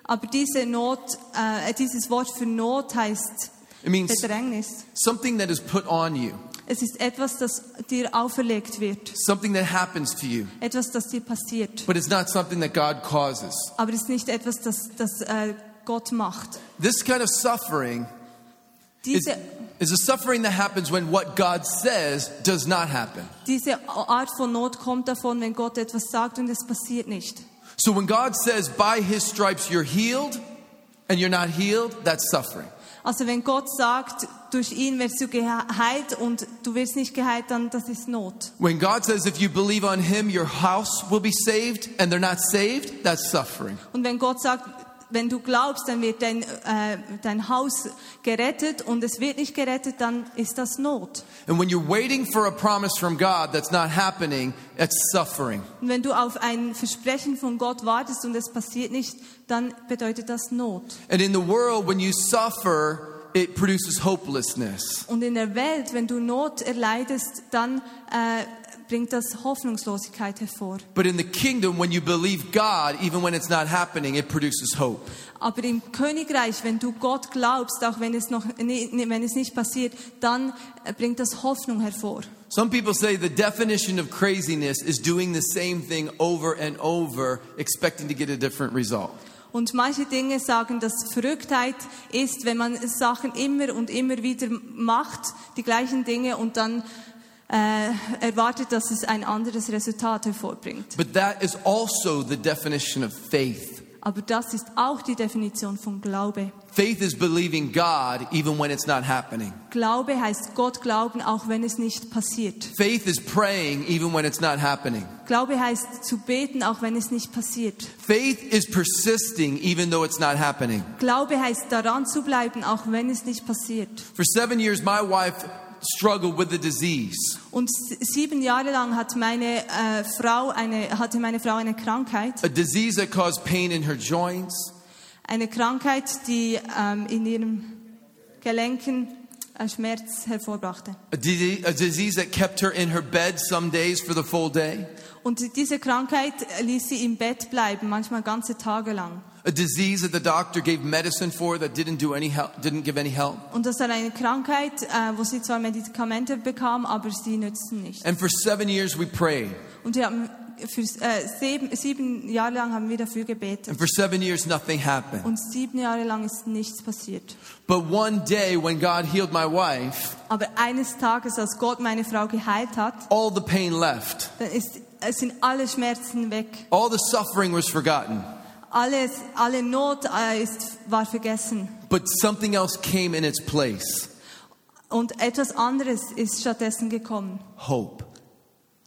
Speaker 2: Aber diese Not, äh, dieses Wort für Not heißt
Speaker 1: It means
Speaker 2: Bedrängnis.
Speaker 1: something that is put on you,
Speaker 2: Es ist etwas, das dir auferlegt wird.
Speaker 1: something that happens to you,
Speaker 2: Etwas, das dir passiert.
Speaker 1: but it's not something that God causes.
Speaker 2: Aber es ist nicht etwas, das, das äh, Gott macht.
Speaker 1: This kind of suffering is,
Speaker 2: Diese,
Speaker 1: is a suffering that happens when what God says does not happen.
Speaker 2: diese Art von Not kommt davon, wenn Gott etwas sagt und es passiert nicht.
Speaker 1: So when God says, by his stripes you're healed, and you're not healed, that's suffering.
Speaker 2: Also wenn Gott sagt, durch ihn wirst du geheilt und du wirst nicht geheilt, dann das ist Not.
Speaker 1: When God says, if you believe on him, your house will be saved, and they're not saved, that's suffering.
Speaker 2: Und wenn Gott sagt, wenn du glaubst, dann wird dein, äh, dein Haus gerettet und es wird nicht gerettet, dann ist das Not.
Speaker 1: And when you're waiting for a promise from God that's not happening, that's suffering.
Speaker 2: Und wenn du auf ein Versprechen von Gott wartest und es passiert nicht, dann bedeutet das Not.
Speaker 1: And in the world, when you suffer, it produces hopelessness.
Speaker 2: Und in der Welt, wenn du Not erleidest, dann äh, bringt das Hoffnungslosigkeit hervor.
Speaker 1: But in the kingdom, when you believe God, even when it's not happening, it produces hope.
Speaker 2: Aber im Königreich, wenn du Gott glaubst, auch wenn es, noch, nee, nee, wenn es nicht passiert, dann äh, bringt das Hoffnung hervor.
Speaker 1: Some people say the definition of craziness is doing the same thing over and over, expecting to get a different result.
Speaker 2: Und manche Dinge sagen, dass Verrücktheit ist, wenn man Sachen immer und immer wieder macht, die gleichen Dinge, und dann äh, erwartet, dass es ein anderes Resultat hervorbringt.
Speaker 1: But that is also the definition of faith.
Speaker 2: Aber das ist auch die Definition von Glaube.
Speaker 1: Faith is believing God even when it's not happening.
Speaker 2: Glaube heißt Gott glauben, auch wenn es nicht passiert.
Speaker 1: Faith is praying even when it's not happening.
Speaker 2: Glaube heißt zu beten, auch wenn es nicht passiert.
Speaker 1: Faith is persisting even though it's not happening.
Speaker 2: Glaube heißt daran zu bleiben, auch wenn es nicht passiert.
Speaker 1: For seven years, my wife struggled with the disease.
Speaker 2: Und s- sieben Jahre lang hat meine, äh, Frau eine, hatte meine Frau eine Krankheit.
Speaker 1: A disease that caused pain in her joints,
Speaker 2: Eine Krankheit, die ähm, in ihrem Gelenken äh, Schmerz hervorbrachte.
Speaker 1: a, di- a disease that kept her in her bed some days for the full day,
Speaker 2: Und diese Krankheit ließ sie im Bett bleiben, manchmal ganze Tage lang.
Speaker 1: a disease that the doctor gave medicine for that didn't do any help, didn't give any help.
Speaker 2: Und das war eine Krankheit, äh, wo sie zwar Medikamente bekam, aber sie nützten nicht.
Speaker 1: And for seven years we prayed,
Speaker 2: Und wir haben für äh, sieben, sieben Jahre lang haben wir dafür
Speaker 1: and
Speaker 2: gebetet.
Speaker 1: for seven years nothing happened.
Speaker 2: Und sieben Jahre lang ist nichts passiert.
Speaker 1: But one day when God healed my wife,
Speaker 2: Aber eines Tages, als Gott meine Frau geheilt hat,
Speaker 1: all the pain left.
Speaker 2: dann ist, äh, sind alle Schmerzen weg.
Speaker 1: All the suffering was forgotten,
Speaker 2: Alles, alle Not äh, ist, war vergessen.
Speaker 1: but something else came in its place
Speaker 2: Und etwas anderes ist stattdessen gekommen.
Speaker 1: hope.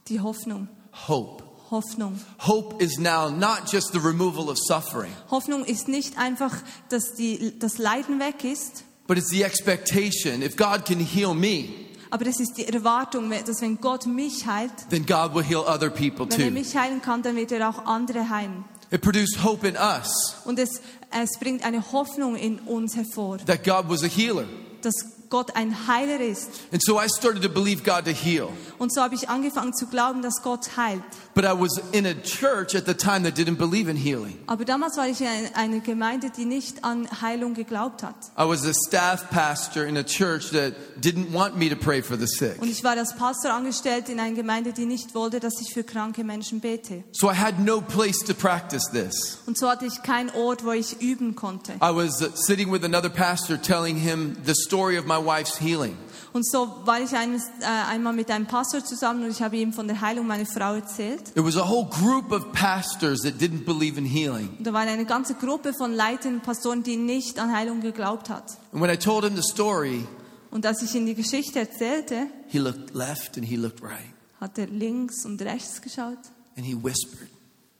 Speaker 2: Die Hoffnung.
Speaker 1: Hope.
Speaker 2: Hoffnung.
Speaker 1: Hope is now not just the removal of suffering,
Speaker 2: Hoffnung ist nicht einfach, dass die, das Leiden weg ist,
Speaker 1: but it's the expectation. If God can heal me,
Speaker 2: aber es ist die Erwartung, dass wenn Gott mich heilt,
Speaker 1: then God will heal other people
Speaker 2: wenn er
Speaker 1: too.
Speaker 2: mich heilen kann, dann wird er auch andere heilen.
Speaker 1: It produced hope in us
Speaker 2: Und es, es bringt eine Hoffnung in uns hervor,
Speaker 1: that God was a healer.
Speaker 2: dass Gott ein Heiler ist.
Speaker 1: And so I started to believe God to heal.
Speaker 2: Und so habe ich angefangen zu glauben, dass Gott heilt.
Speaker 1: But I was in a church at the time that didn't believe in healing.
Speaker 2: Aber damals war ich in ein- einer Gemeinde, die nicht an Heilung geglaubt hat.
Speaker 1: I was a staff pastor in a church that didn't want me to pray for the sick.
Speaker 2: Und ich war als Pastor angestellt in einer Gemeinde, die nicht wollte, dass ich für kranke Menschen bete.
Speaker 1: So I had no place to practice this.
Speaker 2: Und so hatte ich keinen Ort, wo ich üben konnte.
Speaker 1: I was uh, sitting with another pastor telling him the story of my wife's healing.
Speaker 2: Und so war ich eines, äh, einmal mit einem Pastor zusammen und ich habe ihm von der Heilung meiner Frau erzählt.
Speaker 1: It was a whole group of pastors that didn't believe in healing.
Speaker 2: Und da war eine ganze Gruppe von leitenden Pastoren, die nicht an Heilung geglaubt hat.
Speaker 1: And when I told him the story,
Speaker 2: Und als ich ihm die Geschichte erzählte,
Speaker 1: he looked left and he looked right.
Speaker 2: hat er links und rechts geschaut
Speaker 1: And he whispered,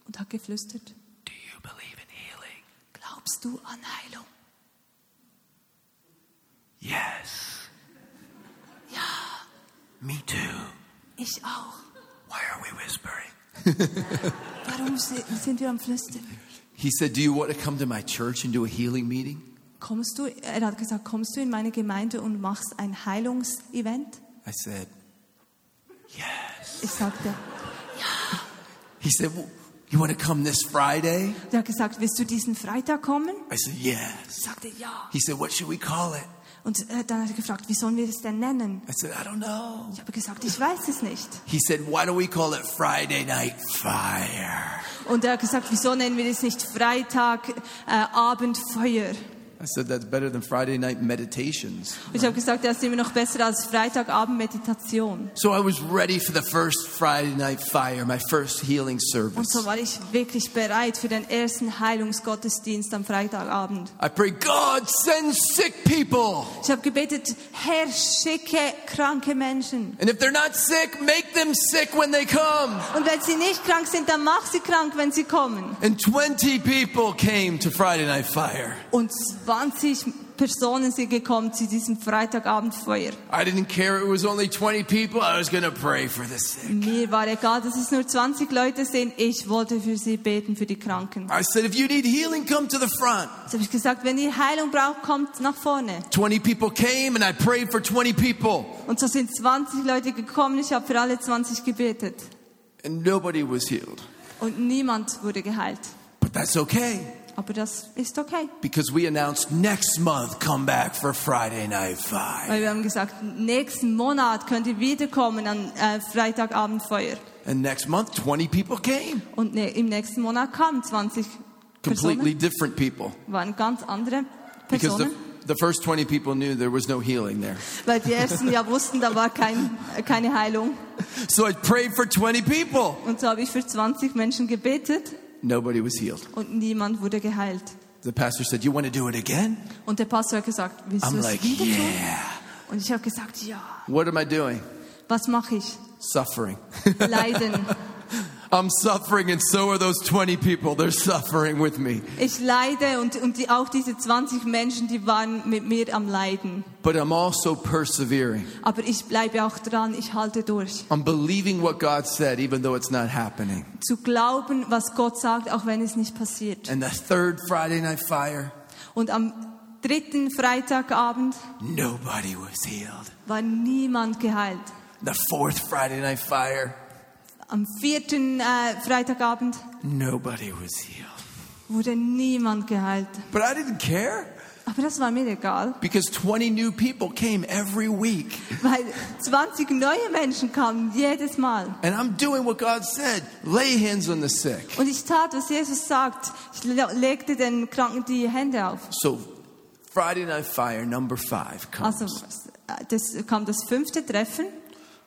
Speaker 2: und hat geflüstert,
Speaker 1: Do you believe in healing?
Speaker 2: glaubst du an Heilung?
Speaker 1: Yes. Yeah. Me too.
Speaker 2: Ich auch.
Speaker 1: Why are we whispering?
Speaker 2: Warum si- sind wir am Flüstern?
Speaker 1: He said, Do you want to come to my church and do a healing meeting?
Speaker 2: Kommst du, er hat gesagt, kommst du in meine Gemeinde und machst ein Heilungsevent?
Speaker 1: I said, Yes.
Speaker 2: Ich sagte,
Speaker 1: He said, well, You want to come this Friday?
Speaker 2: er hat gesagt, willst du diesen Freitag kommen?
Speaker 1: I said, Yes.
Speaker 2: Ich sagte, ja.
Speaker 1: He said, What should we call it?
Speaker 2: Und äh, dann hat er gefragt, wie sollen wir es denn nennen?
Speaker 1: I said, I don't know.
Speaker 2: Ich habe gesagt, ich weiß es nicht.
Speaker 1: He said, Why don't we call it Friday Night Fire?
Speaker 2: Und er hat gesagt, wieso nennen wir es nicht Freitag, äh, Abendfeuer?
Speaker 1: I said, That's better than Friday Night Meditations.
Speaker 2: Und ich habe gesagt, das ist immer noch besser als Freitagabend-Meditation.
Speaker 1: So I was ready for the first Friday Night Fire, my first healing service.
Speaker 2: Und so war ich wirklich bereit für den ersten Heilungsgottesdienst am Freitagabend.
Speaker 1: I prayed, God, send sick people.
Speaker 2: Ich habe gebetet, Herr, schicke kranke Menschen.
Speaker 1: And if they're not sick, make them sick when they come.
Speaker 2: Und wenn sie nicht krank sind, dann mach sie krank, wenn sie kommen.
Speaker 1: And 20 people came to Friday Night Fire.
Speaker 2: Und 20 Personen sind gekommen zu diesem Freitagabendfeuer.
Speaker 1: I didn't care it was only 20 people. I was going to pray for the sick.
Speaker 2: Mir war egal, dass es nur 20 Leute sind. Ich wollte für sie beten, für die Kranken.
Speaker 1: I said, if you need healing, come to the front.
Speaker 2: Jetzt habe ich gesagt, wenn ihr Heilung braucht, kommt nach vorne.
Speaker 1: 20 people came and I prayed for 20 people.
Speaker 2: Und so sind 20 Leute gekommen. Ich habe für alle 20 gebetet.
Speaker 1: And nobody was healed.
Speaker 2: Und niemand wurde geheilt.
Speaker 1: But that's okay
Speaker 2: Aber das ist okay.
Speaker 1: because we announced next month come back for Friday Night Fire.
Speaker 2: Weil wir haben gesagt, nächsten Monat könnt ihr wiederkommen an äh, Freitagabendfeuer.
Speaker 1: And next month 20 people came.
Speaker 2: Und ne, im nächsten Monat kamen 20
Speaker 1: Completely
Speaker 2: Personen.
Speaker 1: different people
Speaker 2: Waren ganz andere
Speaker 1: because
Speaker 2: Personen.
Speaker 1: the, the first 20 people knew there was no healing there.
Speaker 2: Weil die ersten ja wussten, da war kein, keine Heilung.
Speaker 1: So I prayed for 20 people.
Speaker 2: Und so habe ich für 20 Menschen gebetet
Speaker 1: Nobody was healed.
Speaker 2: und niemand wurde geheilt.
Speaker 1: The pastor said, "You want to do it again?"
Speaker 2: Und der Pastor hat gesagt, willst du
Speaker 1: I'm
Speaker 2: es
Speaker 1: like,
Speaker 2: wieder tun?
Speaker 1: "Yeah."
Speaker 2: Und ich habe gesagt, ja.
Speaker 1: What am I doing?
Speaker 2: Was mache ich?
Speaker 1: Suffering.
Speaker 2: Leiden.
Speaker 1: I'm suffering, and so are those 20 people. They're suffering with me.
Speaker 2: Ich leide und, und die, auch diese 20 Menschen, die waren mit mir am Leiden.
Speaker 1: But I'm also persevering.
Speaker 2: Aber ich bleibe auch dran, ich halte durch.
Speaker 1: I'm believing what God said, even though it's not happening.
Speaker 2: Zu glauben, was Gott sagt, auch wenn es nicht passiert.
Speaker 1: And the third Friday night fire,
Speaker 2: Und am dritten Freitagabend
Speaker 1: nobody was healed.
Speaker 2: war niemand geheilt.
Speaker 1: The fourth Friday night fire,
Speaker 2: Am vierten äh, Freitagabend
Speaker 1: nobody was healed.
Speaker 2: wurde niemand geheilt.
Speaker 1: But I didn't care
Speaker 2: Aber das war mir egal,
Speaker 1: because 20 new people came every week.
Speaker 2: weil 20 neue Menschen kamen jedes Mal.
Speaker 1: And I'm doing what God said lay hands on the sick.
Speaker 2: Und ich tat, was Jesus sagt. Ich le- legte den Kranken die Hände auf.
Speaker 1: So, Friday night fire number five comes.
Speaker 2: Also äh, das kam das fünfte Treffen.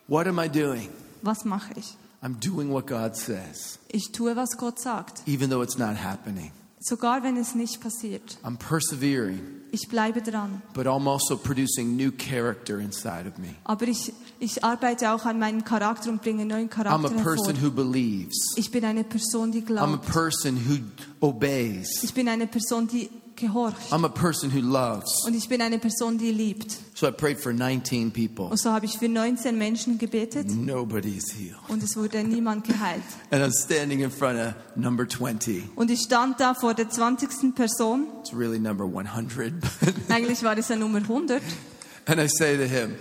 Speaker 1: What am I doing?
Speaker 2: Was mache ich?
Speaker 1: I'm doing what God says,
Speaker 2: Ich tue, was Gott sagt.
Speaker 1: even though it's not happening.
Speaker 2: Sogar wenn es nicht passiert.
Speaker 1: I'm persevering,
Speaker 2: Ich bleibe dran.
Speaker 1: but I'm also producing new character inside of me.
Speaker 2: Aber ich, ich arbeite auch an meinem Charakter und bringe neuen
Speaker 1: I'm
Speaker 2: Charakter
Speaker 1: a person
Speaker 2: hervor.
Speaker 1: who believes.
Speaker 2: Ich bin eine Person, die
Speaker 1: I'm a
Speaker 2: glaubt.
Speaker 1: person who obeys.
Speaker 2: Ich bin eine Person, die gehorcht.
Speaker 1: I'm a person who loves.
Speaker 2: Und ich bin eine Person, die liebt.
Speaker 1: So I prayed for 19 people.
Speaker 2: Und so habe ich für 19 Menschen gebetet
Speaker 1: Nobody's healed.
Speaker 2: und es wurde niemand geheilt.
Speaker 1: And I'm standing in front of number 20.
Speaker 2: Und ich stand da vor der 20. Person.
Speaker 1: It's really number 100.
Speaker 2: Eigentlich war es ja Nummer 100.
Speaker 1: and I say to him,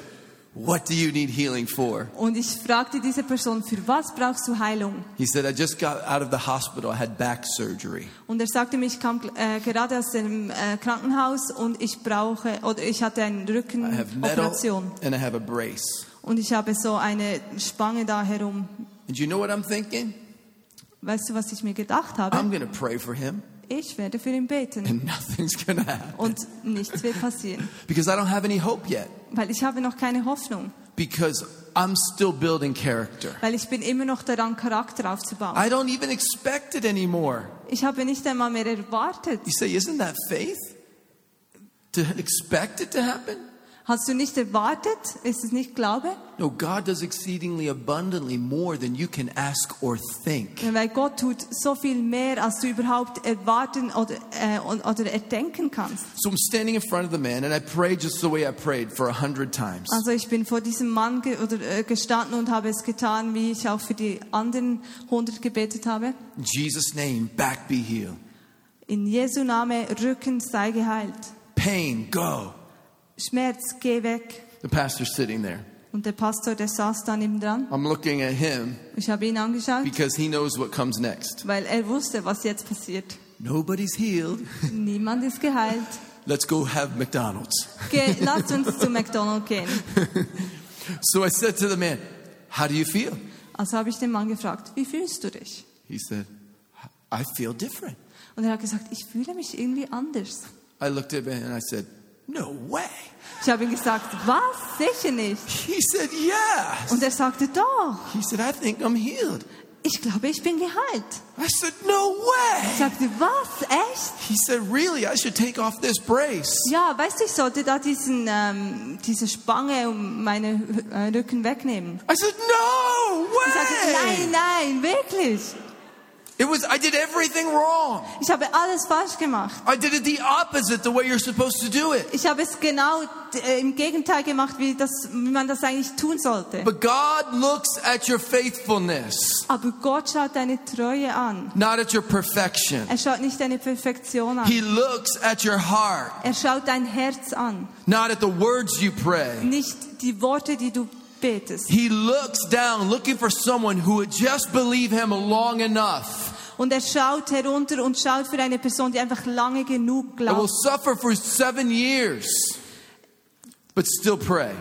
Speaker 1: What do you need healing for?
Speaker 2: Und ich fragte diese Person, für was brauchst du Heilung?
Speaker 1: He said, I just got out of the hospital. I had back surgery.
Speaker 2: Und er sagte mir, ich kam äh, gerade aus dem äh, Krankenhaus und ich brauche, oder ich hatte
Speaker 1: I
Speaker 2: eine
Speaker 1: have metal
Speaker 2: Rückenoperation.
Speaker 1: and I have a brace.
Speaker 2: Und ich habe so eine Spange da herum.
Speaker 1: And you know what I'm thinking?
Speaker 2: Weißt du, was ich mir gedacht
Speaker 1: I'm
Speaker 2: habe?
Speaker 1: going to pray for him
Speaker 2: Ich werde für ihn beten.
Speaker 1: and nothing's going to happen
Speaker 2: Und nichts wird passieren.
Speaker 1: because I don't have any hope yet
Speaker 2: Weil ich habe noch keine Hoffnung.
Speaker 1: because I'm still building character.
Speaker 2: Weil ich bin immer noch daran, Charakter aufzubauen.
Speaker 1: I don't even expect it anymore.
Speaker 2: Ich habe nicht einmal mehr erwartet.
Speaker 1: You say, isn't that faith? To expect it to happen?
Speaker 2: Hast du nicht erwartet? Ist es nicht Glaube?
Speaker 1: No, God does exceedingly abundantly more than you can ask or think.
Speaker 2: Ja, Weil Gott tut so viel mehr, als du überhaupt erwarten oder, äh, und- oder erdenken kannst.
Speaker 1: So I'm standing in front of the man and I pray just the way I prayed for a hundred times.
Speaker 2: Also ich bin vor diesem Mann ge oder, äh, gestanden und habe es getan, wie ich auch für die anderen 100 gebetet habe.
Speaker 1: In Jesus' name, back be healed.
Speaker 2: In Jesu Name, Rücken sei geheilt.
Speaker 1: Pain, go.
Speaker 2: Schmerz, geh weg.
Speaker 1: The pastor's sitting there.
Speaker 2: Und der Pastor, der saß da neben dran.
Speaker 1: I'm looking at him
Speaker 2: Ich habe ihn angeschaut,
Speaker 1: because he knows what comes next.
Speaker 2: weil er wusste, was jetzt passiert.
Speaker 1: Nobody's healed.
Speaker 2: Niemand ist geheilt.
Speaker 1: Let's go have McDonald's.
Speaker 2: Ge Lasst uns zu McDonald's gehen.
Speaker 1: So I said to the man, How do you feel?
Speaker 2: Also habe ich den Mann gefragt, wie fühlst du dich?
Speaker 1: He said, I feel different.
Speaker 2: Und er hat gesagt, ich fühle mich irgendwie anders.
Speaker 1: I looked at him and I said, No way.
Speaker 2: Ich habe ihm gesagt, was? Sicher nicht.
Speaker 1: He said, Yeah.
Speaker 2: Und er sagte, doch,
Speaker 1: He said, I think I'm healed.
Speaker 2: ich glaube, ich bin geheilt.
Speaker 1: I said, No way.
Speaker 2: Ich sagte, was? Echt?
Speaker 1: He said, Really, I should take off this brace.
Speaker 2: Ja, weißt du, ich sollte da diesen, ähm, diese Spange um meinen äh, Rücken wegnehmen.
Speaker 1: I said, No
Speaker 2: Ich sagte,
Speaker 1: way.
Speaker 2: nein, nein, wirklich.
Speaker 1: It was, I did everything wrong.
Speaker 2: Ich habe alles falsch gemacht.
Speaker 1: I did it the opposite, the way you're supposed to do it.
Speaker 2: Ich habe es genau äh, im Gegenteil gemacht, wie, das, wie man das eigentlich tun sollte.
Speaker 1: But God looks at your faithfulness,
Speaker 2: Aber Gott schaut deine Treue an.
Speaker 1: not at your perfection.
Speaker 2: Er schaut nicht deine Perfektion an.
Speaker 1: He looks at your heart,
Speaker 2: Er schaut dein Herz an,
Speaker 1: not at the words you pray.
Speaker 2: nicht die Worte, die du betest.
Speaker 1: He looks down, looking for someone who would just believe him long enough
Speaker 2: Und er schaut herunter und schaut für eine Person, die einfach lange genug
Speaker 1: that will
Speaker 2: glaubt,
Speaker 1: suffer for seven years, but still pray.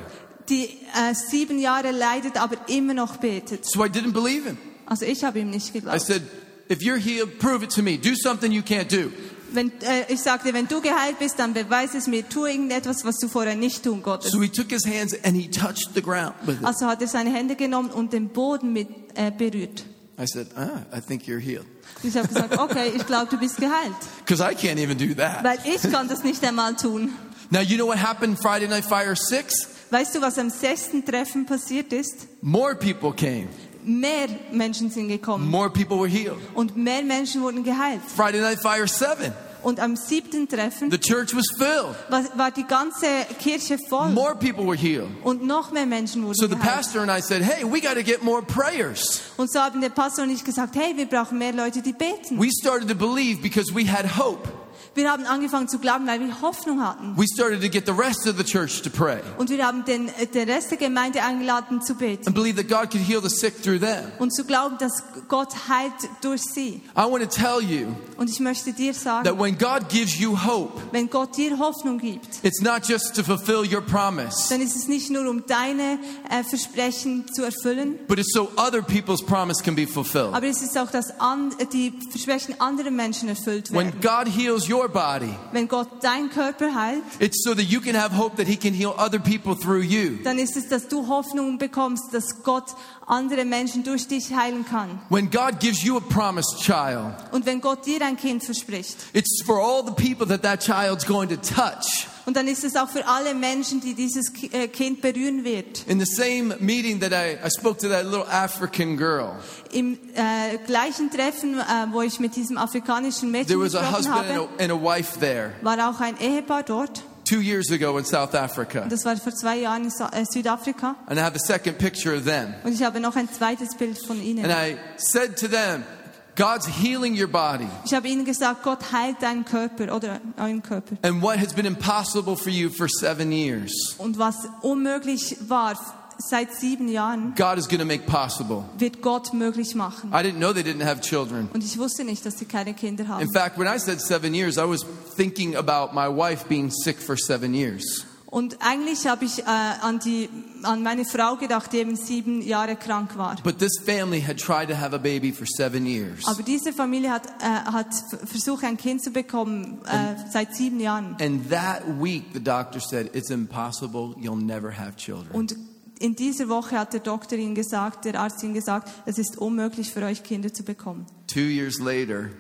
Speaker 2: die äh, sieben Jahre leidet, aber immer noch betet.
Speaker 1: So I didn't believe him.
Speaker 2: Also ich habe ihm nicht
Speaker 1: I
Speaker 2: geglaubt.
Speaker 1: said, If you're healed, prove it to me. Do something you can't do.
Speaker 2: Wenn, äh, ich sagte, wenn du geheilt bist, dann beweis es mir, tu irgendetwas, was du vorher nicht tun konntest.
Speaker 1: So he took his hands and he touched the ground with it.
Speaker 2: Also hat er seine Hände genommen und den Boden mit äh, berührt.
Speaker 1: I said, ah, I think you're healed.
Speaker 2: Und Ich habe gesagt, okay, ich glaube, du bist geheilt,
Speaker 1: Because I can't even do that.
Speaker 2: weil ich kann das nicht einmal tun.
Speaker 1: Now, you know what happened Friday Night Fire 6?
Speaker 2: Weißt du, was am sechsten Treffen passiert ist?
Speaker 1: More people came.
Speaker 2: mehr Menschen sind gekommen
Speaker 1: More people were healed.
Speaker 2: und mehr Menschen wurden geheilt.
Speaker 1: Friday Night Fire 7.
Speaker 2: Und am siebten Treffen
Speaker 1: The church was filled.
Speaker 2: war, war die ganze Kirche voll
Speaker 1: More people were healed.
Speaker 2: und noch mehr Menschen wurden
Speaker 1: So the
Speaker 2: geheilt.
Speaker 1: pastor and I said, hey, we got to get more prayers.
Speaker 2: Und so haben der Pastor und ich gesagt, hey, wir brauchen mehr Leute, die beten.
Speaker 1: We started to believe because we had hope.
Speaker 2: Wir haben angefangen zu glauben, weil wir Hoffnung hatten.
Speaker 1: We started to get the rest of the church to pray
Speaker 2: Und wir haben den, äh, den Rest der Gemeinde eingeladen zu beten
Speaker 1: and believe that God could heal the sick through them.
Speaker 2: und zu glauben, dass Gott heilt durch sie.
Speaker 1: I want to tell you
Speaker 2: Und ich möchte dir
Speaker 1: that
Speaker 2: sagen,
Speaker 1: when God gives you hope,
Speaker 2: wenn Gott dir Hoffnung gibt,
Speaker 1: it's not just to fulfill your promise,
Speaker 2: dann ist es nicht nur, um deine äh, Versprechen zu erfüllen,
Speaker 1: but it's so other people's promise can be fulfilled.
Speaker 2: aber es ist auch, dass an, äh, die Versprechen anderer Menschen erfüllt werden.
Speaker 1: When God heals your body,
Speaker 2: Wenn Gott deinen Körper heilt,
Speaker 1: it's so that you can have hope that He can heal other people through you.
Speaker 2: dann ist es, dass du Hoffnung bekommst, dass Gott andere Menschen durch dich heilen kann.
Speaker 1: When God gives you a promised child,
Speaker 2: Und wenn Gott dir ein Kind verspricht,
Speaker 1: it's for all the people that that child's going to touch.
Speaker 2: und dann ist es auch für alle Menschen, die dieses Ki- äh, Kind berühren wird.
Speaker 1: In the same meeting that I, I spoke to that little African girl,
Speaker 2: Im äh, gleichen Treffen, äh, wo ich mit diesem afrikanischen
Speaker 1: there
Speaker 2: Mädchen
Speaker 1: was a
Speaker 2: gesprochen
Speaker 1: husband and
Speaker 2: habe,
Speaker 1: a, and a wife there
Speaker 2: war auch ein Ehepaar dort.
Speaker 1: two years ago in South Africa.
Speaker 2: Das war vor zwei Jahren in Sa- äh, Südafrika.
Speaker 1: And I have a second picture of them.
Speaker 2: Und ich habe noch ein zweites Bild von
Speaker 1: And
Speaker 2: ihnen.
Speaker 1: I said to them, God's healing your body.
Speaker 2: Ich habe ihnen gesagt, Gott heilt deinen Körper oder euren Körper.
Speaker 1: And what has been impossible for you for seven years,
Speaker 2: Und was unmöglich war seit sieben Jahren,
Speaker 1: God is going to make possible.
Speaker 2: wird Gott möglich machen.
Speaker 1: I didn't know they didn't have children.
Speaker 2: Und ich wusste nicht, dass sie keine Kinder haben.
Speaker 1: In fact, when I said seven years, I was thinking about my wife being sick for seven years.
Speaker 2: Und eigentlich habe ich äh, an, die, an meine Frau gedacht, die eben sieben Jahre krank war.
Speaker 1: But this family had tried to have a baby for seven years.
Speaker 2: Aber diese Familie hat, äh, hat v- versucht, ein Kind zu bekommen äh, seit sieben Jahren.
Speaker 1: And that week, the doctor said, It's impossible. You'll never have children.
Speaker 2: Und in dieser Woche hat der Doktor ihnen gesagt, der Arzt ihnen gesagt, es ist unmöglich für euch Kinder zu bekommen.
Speaker 1: Two years later,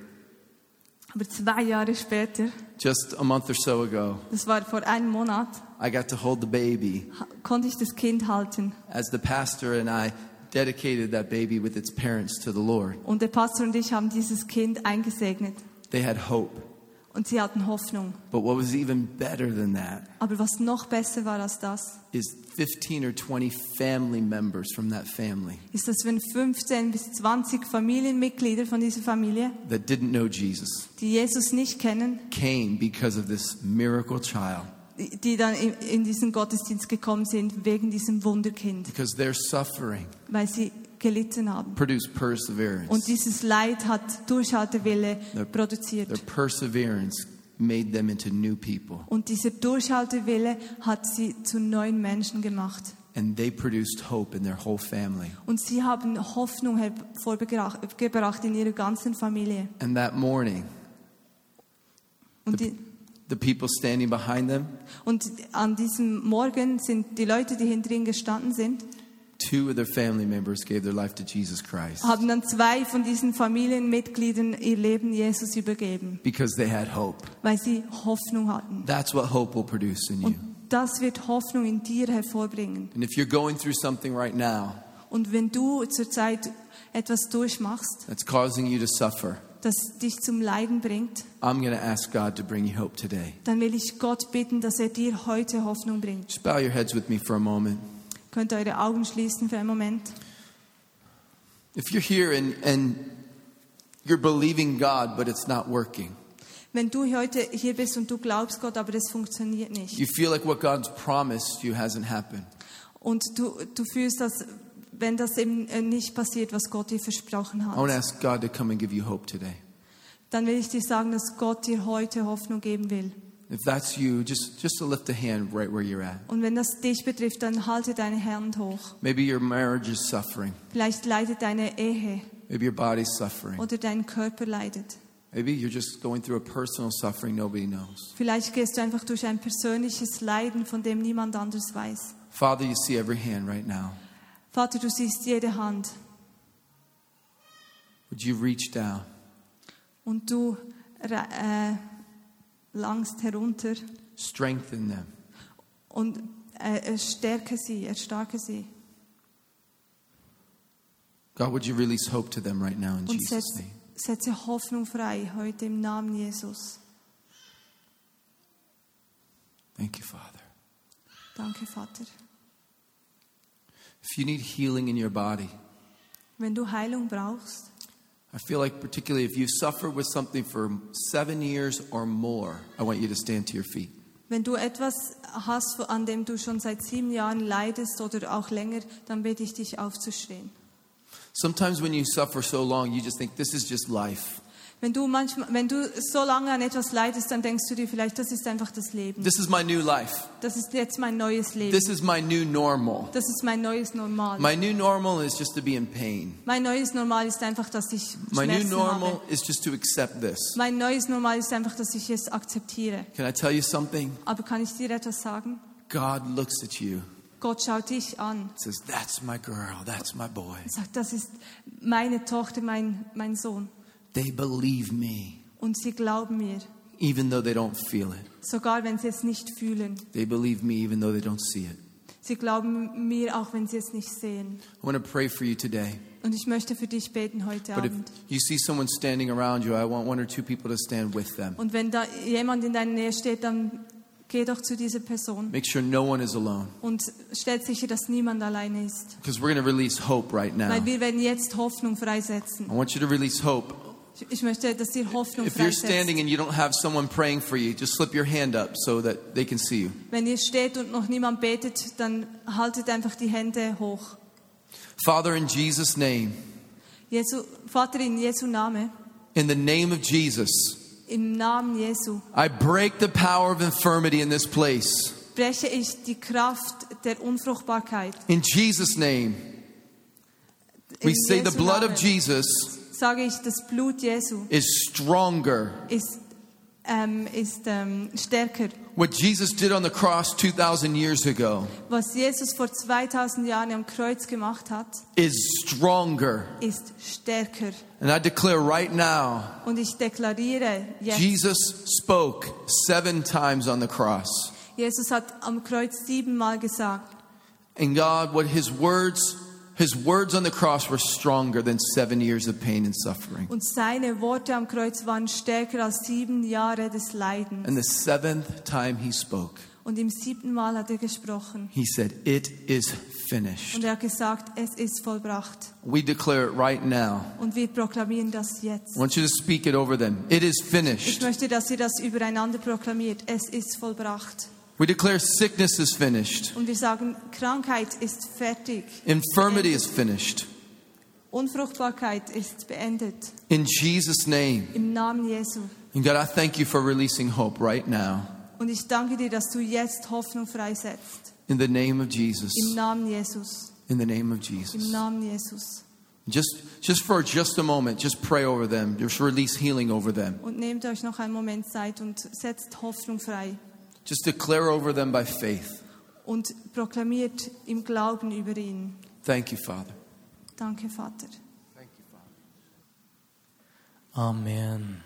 Speaker 2: Aber zwei Jahre später,
Speaker 1: just a month or so ago,
Speaker 2: das war vor einem Monat,
Speaker 1: I got to hold the baby
Speaker 2: ha- konnte ich das Kind halten.
Speaker 1: as the pastor and I dedicated that baby with its parents to the Lord.
Speaker 2: Und der Pastor und ich haben dieses Kind eingesegnet.
Speaker 1: They had hope.
Speaker 2: Und sie hatten Hoffnung.
Speaker 1: But what was even better than that
Speaker 2: Aber was noch besser war als das,
Speaker 1: is 15 or 20 family members from that family
Speaker 2: ist, dass wenn 15 bis 20 Familienmitglieder von dieser Familie,
Speaker 1: that didn't know Jesus
Speaker 2: die Jesus nicht kennen,
Speaker 1: came because of this miracle child,
Speaker 2: die die dann in, in diesen Gottesdienst gekommen sind wegen diesem Wunderkind,
Speaker 1: because their suffering
Speaker 2: weil sie gelitten haben.
Speaker 1: produced perseverance.
Speaker 2: Und dieses Leid hat Durchhaltewille
Speaker 1: Their- Their
Speaker 2: produziert.
Speaker 1: perseverance made them into new people,
Speaker 2: Und dieser Durchhaltewille hat sie zu neuen Menschen gemacht.
Speaker 1: and they produced hope in their whole family.
Speaker 2: Und sie haben Hoffnung hervorgebracht in ihrer ganzen Familie.
Speaker 1: And that morning,
Speaker 2: Und, die,
Speaker 1: the people standing behind them,
Speaker 2: und an diesem Morgen sind die Leute, die hinter ihnen gestanden sind,
Speaker 1: two of their family members gave their life to Jesus Christ
Speaker 2: haben dann zwei von diesen Familienmitgliedern ihr Leben Jesus übergeben,
Speaker 1: because they had hope.
Speaker 2: weil sie Hoffnung hatten.
Speaker 1: That's what hope will produce in you.
Speaker 2: Und das wird Hoffnung in dir hervorbringen.
Speaker 1: And if you're going through something right now
Speaker 2: Und wenn du zurzeit etwas durchmachst,
Speaker 1: that's causing you to suffer,
Speaker 2: das dich zum Leiden bringt,
Speaker 1: I'm going to ask God to bring you hope today.
Speaker 2: dann will ich Gott bitten, dass er dir heute Hoffnung bringt.
Speaker 1: Just bow your heads with me for a moment.
Speaker 2: Könnt ihr eure Augen schließen für einen Moment?
Speaker 1: If you're here and, and you're believing God, but it's not working,
Speaker 2: Wenn du heute hier bist und du glaubst Gott, aber es funktioniert nicht
Speaker 1: you feel like what God's promised you hasn't happened,
Speaker 2: und du, du fühlst, dass wenn das eben äh, nicht passiert, was Gott dir versprochen
Speaker 1: I want
Speaker 2: hat,
Speaker 1: to ask God to come and give you hope today.
Speaker 2: dann will ich dir sagen, dass Gott dir heute Hoffnung geben will.
Speaker 1: If that's you, just, just to lift a hand right where you're at.
Speaker 2: Und wenn das dich betrifft, dann halte deine Hand hoch.
Speaker 1: Maybe your marriage is suffering.
Speaker 2: Vielleicht leidet deine Ehe
Speaker 1: Maybe your body's suffering.
Speaker 2: oder dein Körper leidet.
Speaker 1: Maybe you're just going through a personal suffering nobody knows.
Speaker 2: Vielleicht gehst du einfach durch ein persönliches Leiden, von dem niemand anders weiß.
Speaker 1: Father, you see every hand right now.
Speaker 2: Vater, du siehst jede Hand
Speaker 1: Would you reach down?
Speaker 2: und du re- äh, langst herunter
Speaker 1: Strengthen them.
Speaker 2: und äh, äh, stärke sie, erstarke sie.
Speaker 1: God, would you release hope to them right now in
Speaker 2: Und
Speaker 1: Jesus'
Speaker 2: setz,
Speaker 1: name?
Speaker 2: setze Hoffnung frei heute im Namen Jesus.
Speaker 1: Thank you, Father.
Speaker 2: Danke, Vater.
Speaker 1: If you need healing in your body,
Speaker 2: Wenn du Heilung brauchst,
Speaker 1: I feel like particularly if you've suffered with something for seven years or more, I want you to stand to your feet.
Speaker 2: wenn du etwas hast, an dem du schon seit sieben Jahren leidest oder auch länger, dann bitte ich dich aufzustehen.
Speaker 1: Sometimes when you suffer so long, you just think this is just life.
Speaker 2: Wenn du, manchmal, wenn du so lange an etwas leidest, dann denkst du dir vielleicht, das ist einfach das Leben.
Speaker 1: This is my new life.
Speaker 2: Das ist jetzt mein neues Leben.
Speaker 1: This is my new normal.
Speaker 2: Das ist mein neues Normal.
Speaker 1: My new normal is just to be in pain.
Speaker 2: Mein neues Normal ist einfach, dass ich
Speaker 1: My new
Speaker 2: Schmerzen
Speaker 1: normal
Speaker 2: habe.
Speaker 1: is just to accept this.
Speaker 2: Mein neues Normal ist einfach, dass ich es akzeptiere.
Speaker 1: Can I tell you something?
Speaker 2: Aber kann ich dir etwas sagen?
Speaker 1: God looks at you
Speaker 2: Gott schaut dich an
Speaker 1: and says, That's my girl, that's my boy.
Speaker 2: und sagt, das ist meine Tochter, mein, mein Sohn.
Speaker 1: They believe me,
Speaker 2: Und sie glauben mir,
Speaker 1: even though they don't feel it.
Speaker 2: sogar wenn sie es nicht fühlen.
Speaker 1: They believe me, even though they don't see it.
Speaker 2: Sie glauben mir, auch wenn sie es nicht sehen.
Speaker 1: I want to pray for you today.
Speaker 2: Und ich möchte für dich beten heute
Speaker 1: But if
Speaker 2: Abend.
Speaker 1: you see someone standing around you, I want one or two people to stand with them.
Speaker 2: Und wenn da jemand in deiner Nähe steht, dann geh doch zu dieser Person
Speaker 1: Make sure no one is alone
Speaker 2: und stell sicher, dass niemand alleine ist.
Speaker 1: because we're going to release hope right now.
Speaker 2: Weil
Speaker 1: I
Speaker 2: wir werden jetzt Hoffnung freisetzen.
Speaker 1: want you to release hope.
Speaker 2: Ich- Ich möchte, dass ihr Hoffnung
Speaker 1: If you're
Speaker 2: freisetzt.
Speaker 1: standing and you don't have someone praying for you, just slip your hand up so that they can see you.
Speaker 2: Wenn ihr steht und noch niemand betet, dann haltet einfach die Hände hoch.
Speaker 1: Father, in Jesus' name,
Speaker 2: Jesu, Vater, in Jesu Name,
Speaker 1: in the name of Jesus,
Speaker 2: im Namen Jesu,
Speaker 1: I break the power of infirmity in this place.
Speaker 2: breche ich die Kraft der Unfruchtbarkeit.
Speaker 1: In Jesus' name,
Speaker 2: In
Speaker 1: we say the
Speaker 2: Jesu
Speaker 1: blood of
Speaker 2: Namen
Speaker 1: Jesus
Speaker 2: sage ich, das Blut Jesu
Speaker 1: is stronger.
Speaker 2: ist, ähm, ist ähm, stärker.
Speaker 1: What Jesus did on the cross 2,000 years ago
Speaker 2: Was Jesus vor 2000 Jahren am Kreuz gemacht hat,
Speaker 1: is stronger.
Speaker 2: ist stärker.
Speaker 1: And I declare right now,
Speaker 2: Und ich deklariere jetzt,
Speaker 1: Jesus spoke seven times on the cross.
Speaker 2: Jesus hat am Kreuz siebenmal gesagt,
Speaker 1: And God, what his words, his words on the cross were stronger than seven years of pain and suffering.
Speaker 2: Und seine Worte am Kreuz waren stärker als sieben Jahre des Leidens.
Speaker 1: And the seventh time he spoke,
Speaker 2: Und im siebten Mal hat er gesprochen.
Speaker 1: he said, It is finished.
Speaker 2: Und er hat gesagt, es ist vollbracht.
Speaker 1: We declare it right now.
Speaker 2: Und wir proklamieren das
Speaker 1: I
Speaker 2: jetzt.
Speaker 1: want you to speak it over them. It is
Speaker 2: Ich
Speaker 1: finished.
Speaker 2: möchte, dass ihr das übereinander proklamiert. Es ist vollbracht.
Speaker 1: We declare sickness is finished,
Speaker 2: Und wir sagen, Krankheit ist fertig.
Speaker 1: infirmity is finished.
Speaker 2: Unfruchtbarkeit ist beendet.
Speaker 1: In Jesus' name.
Speaker 2: Im Namen Jesu.
Speaker 1: And God, I thank you for releasing hope right now.
Speaker 2: Und ich danke dir, dass du jetzt Hoffnung freisetzt.
Speaker 1: In the name of Jesus.
Speaker 2: Im Namen Jesus.
Speaker 1: In the name of
Speaker 2: Im
Speaker 1: Jesus.
Speaker 2: Namen Jesus.
Speaker 1: Just, just for just a moment, just pray over them. Just release healing over them.
Speaker 2: Und nehmt euch noch einen Moment Zeit und setzt Hoffnung frei.
Speaker 1: Just declare over them by faith.
Speaker 2: und proklamiert im Glauben über ihn.
Speaker 1: Thank you, Father.
Speaker 2: Danke, Vater.
Speaker 3: Amen.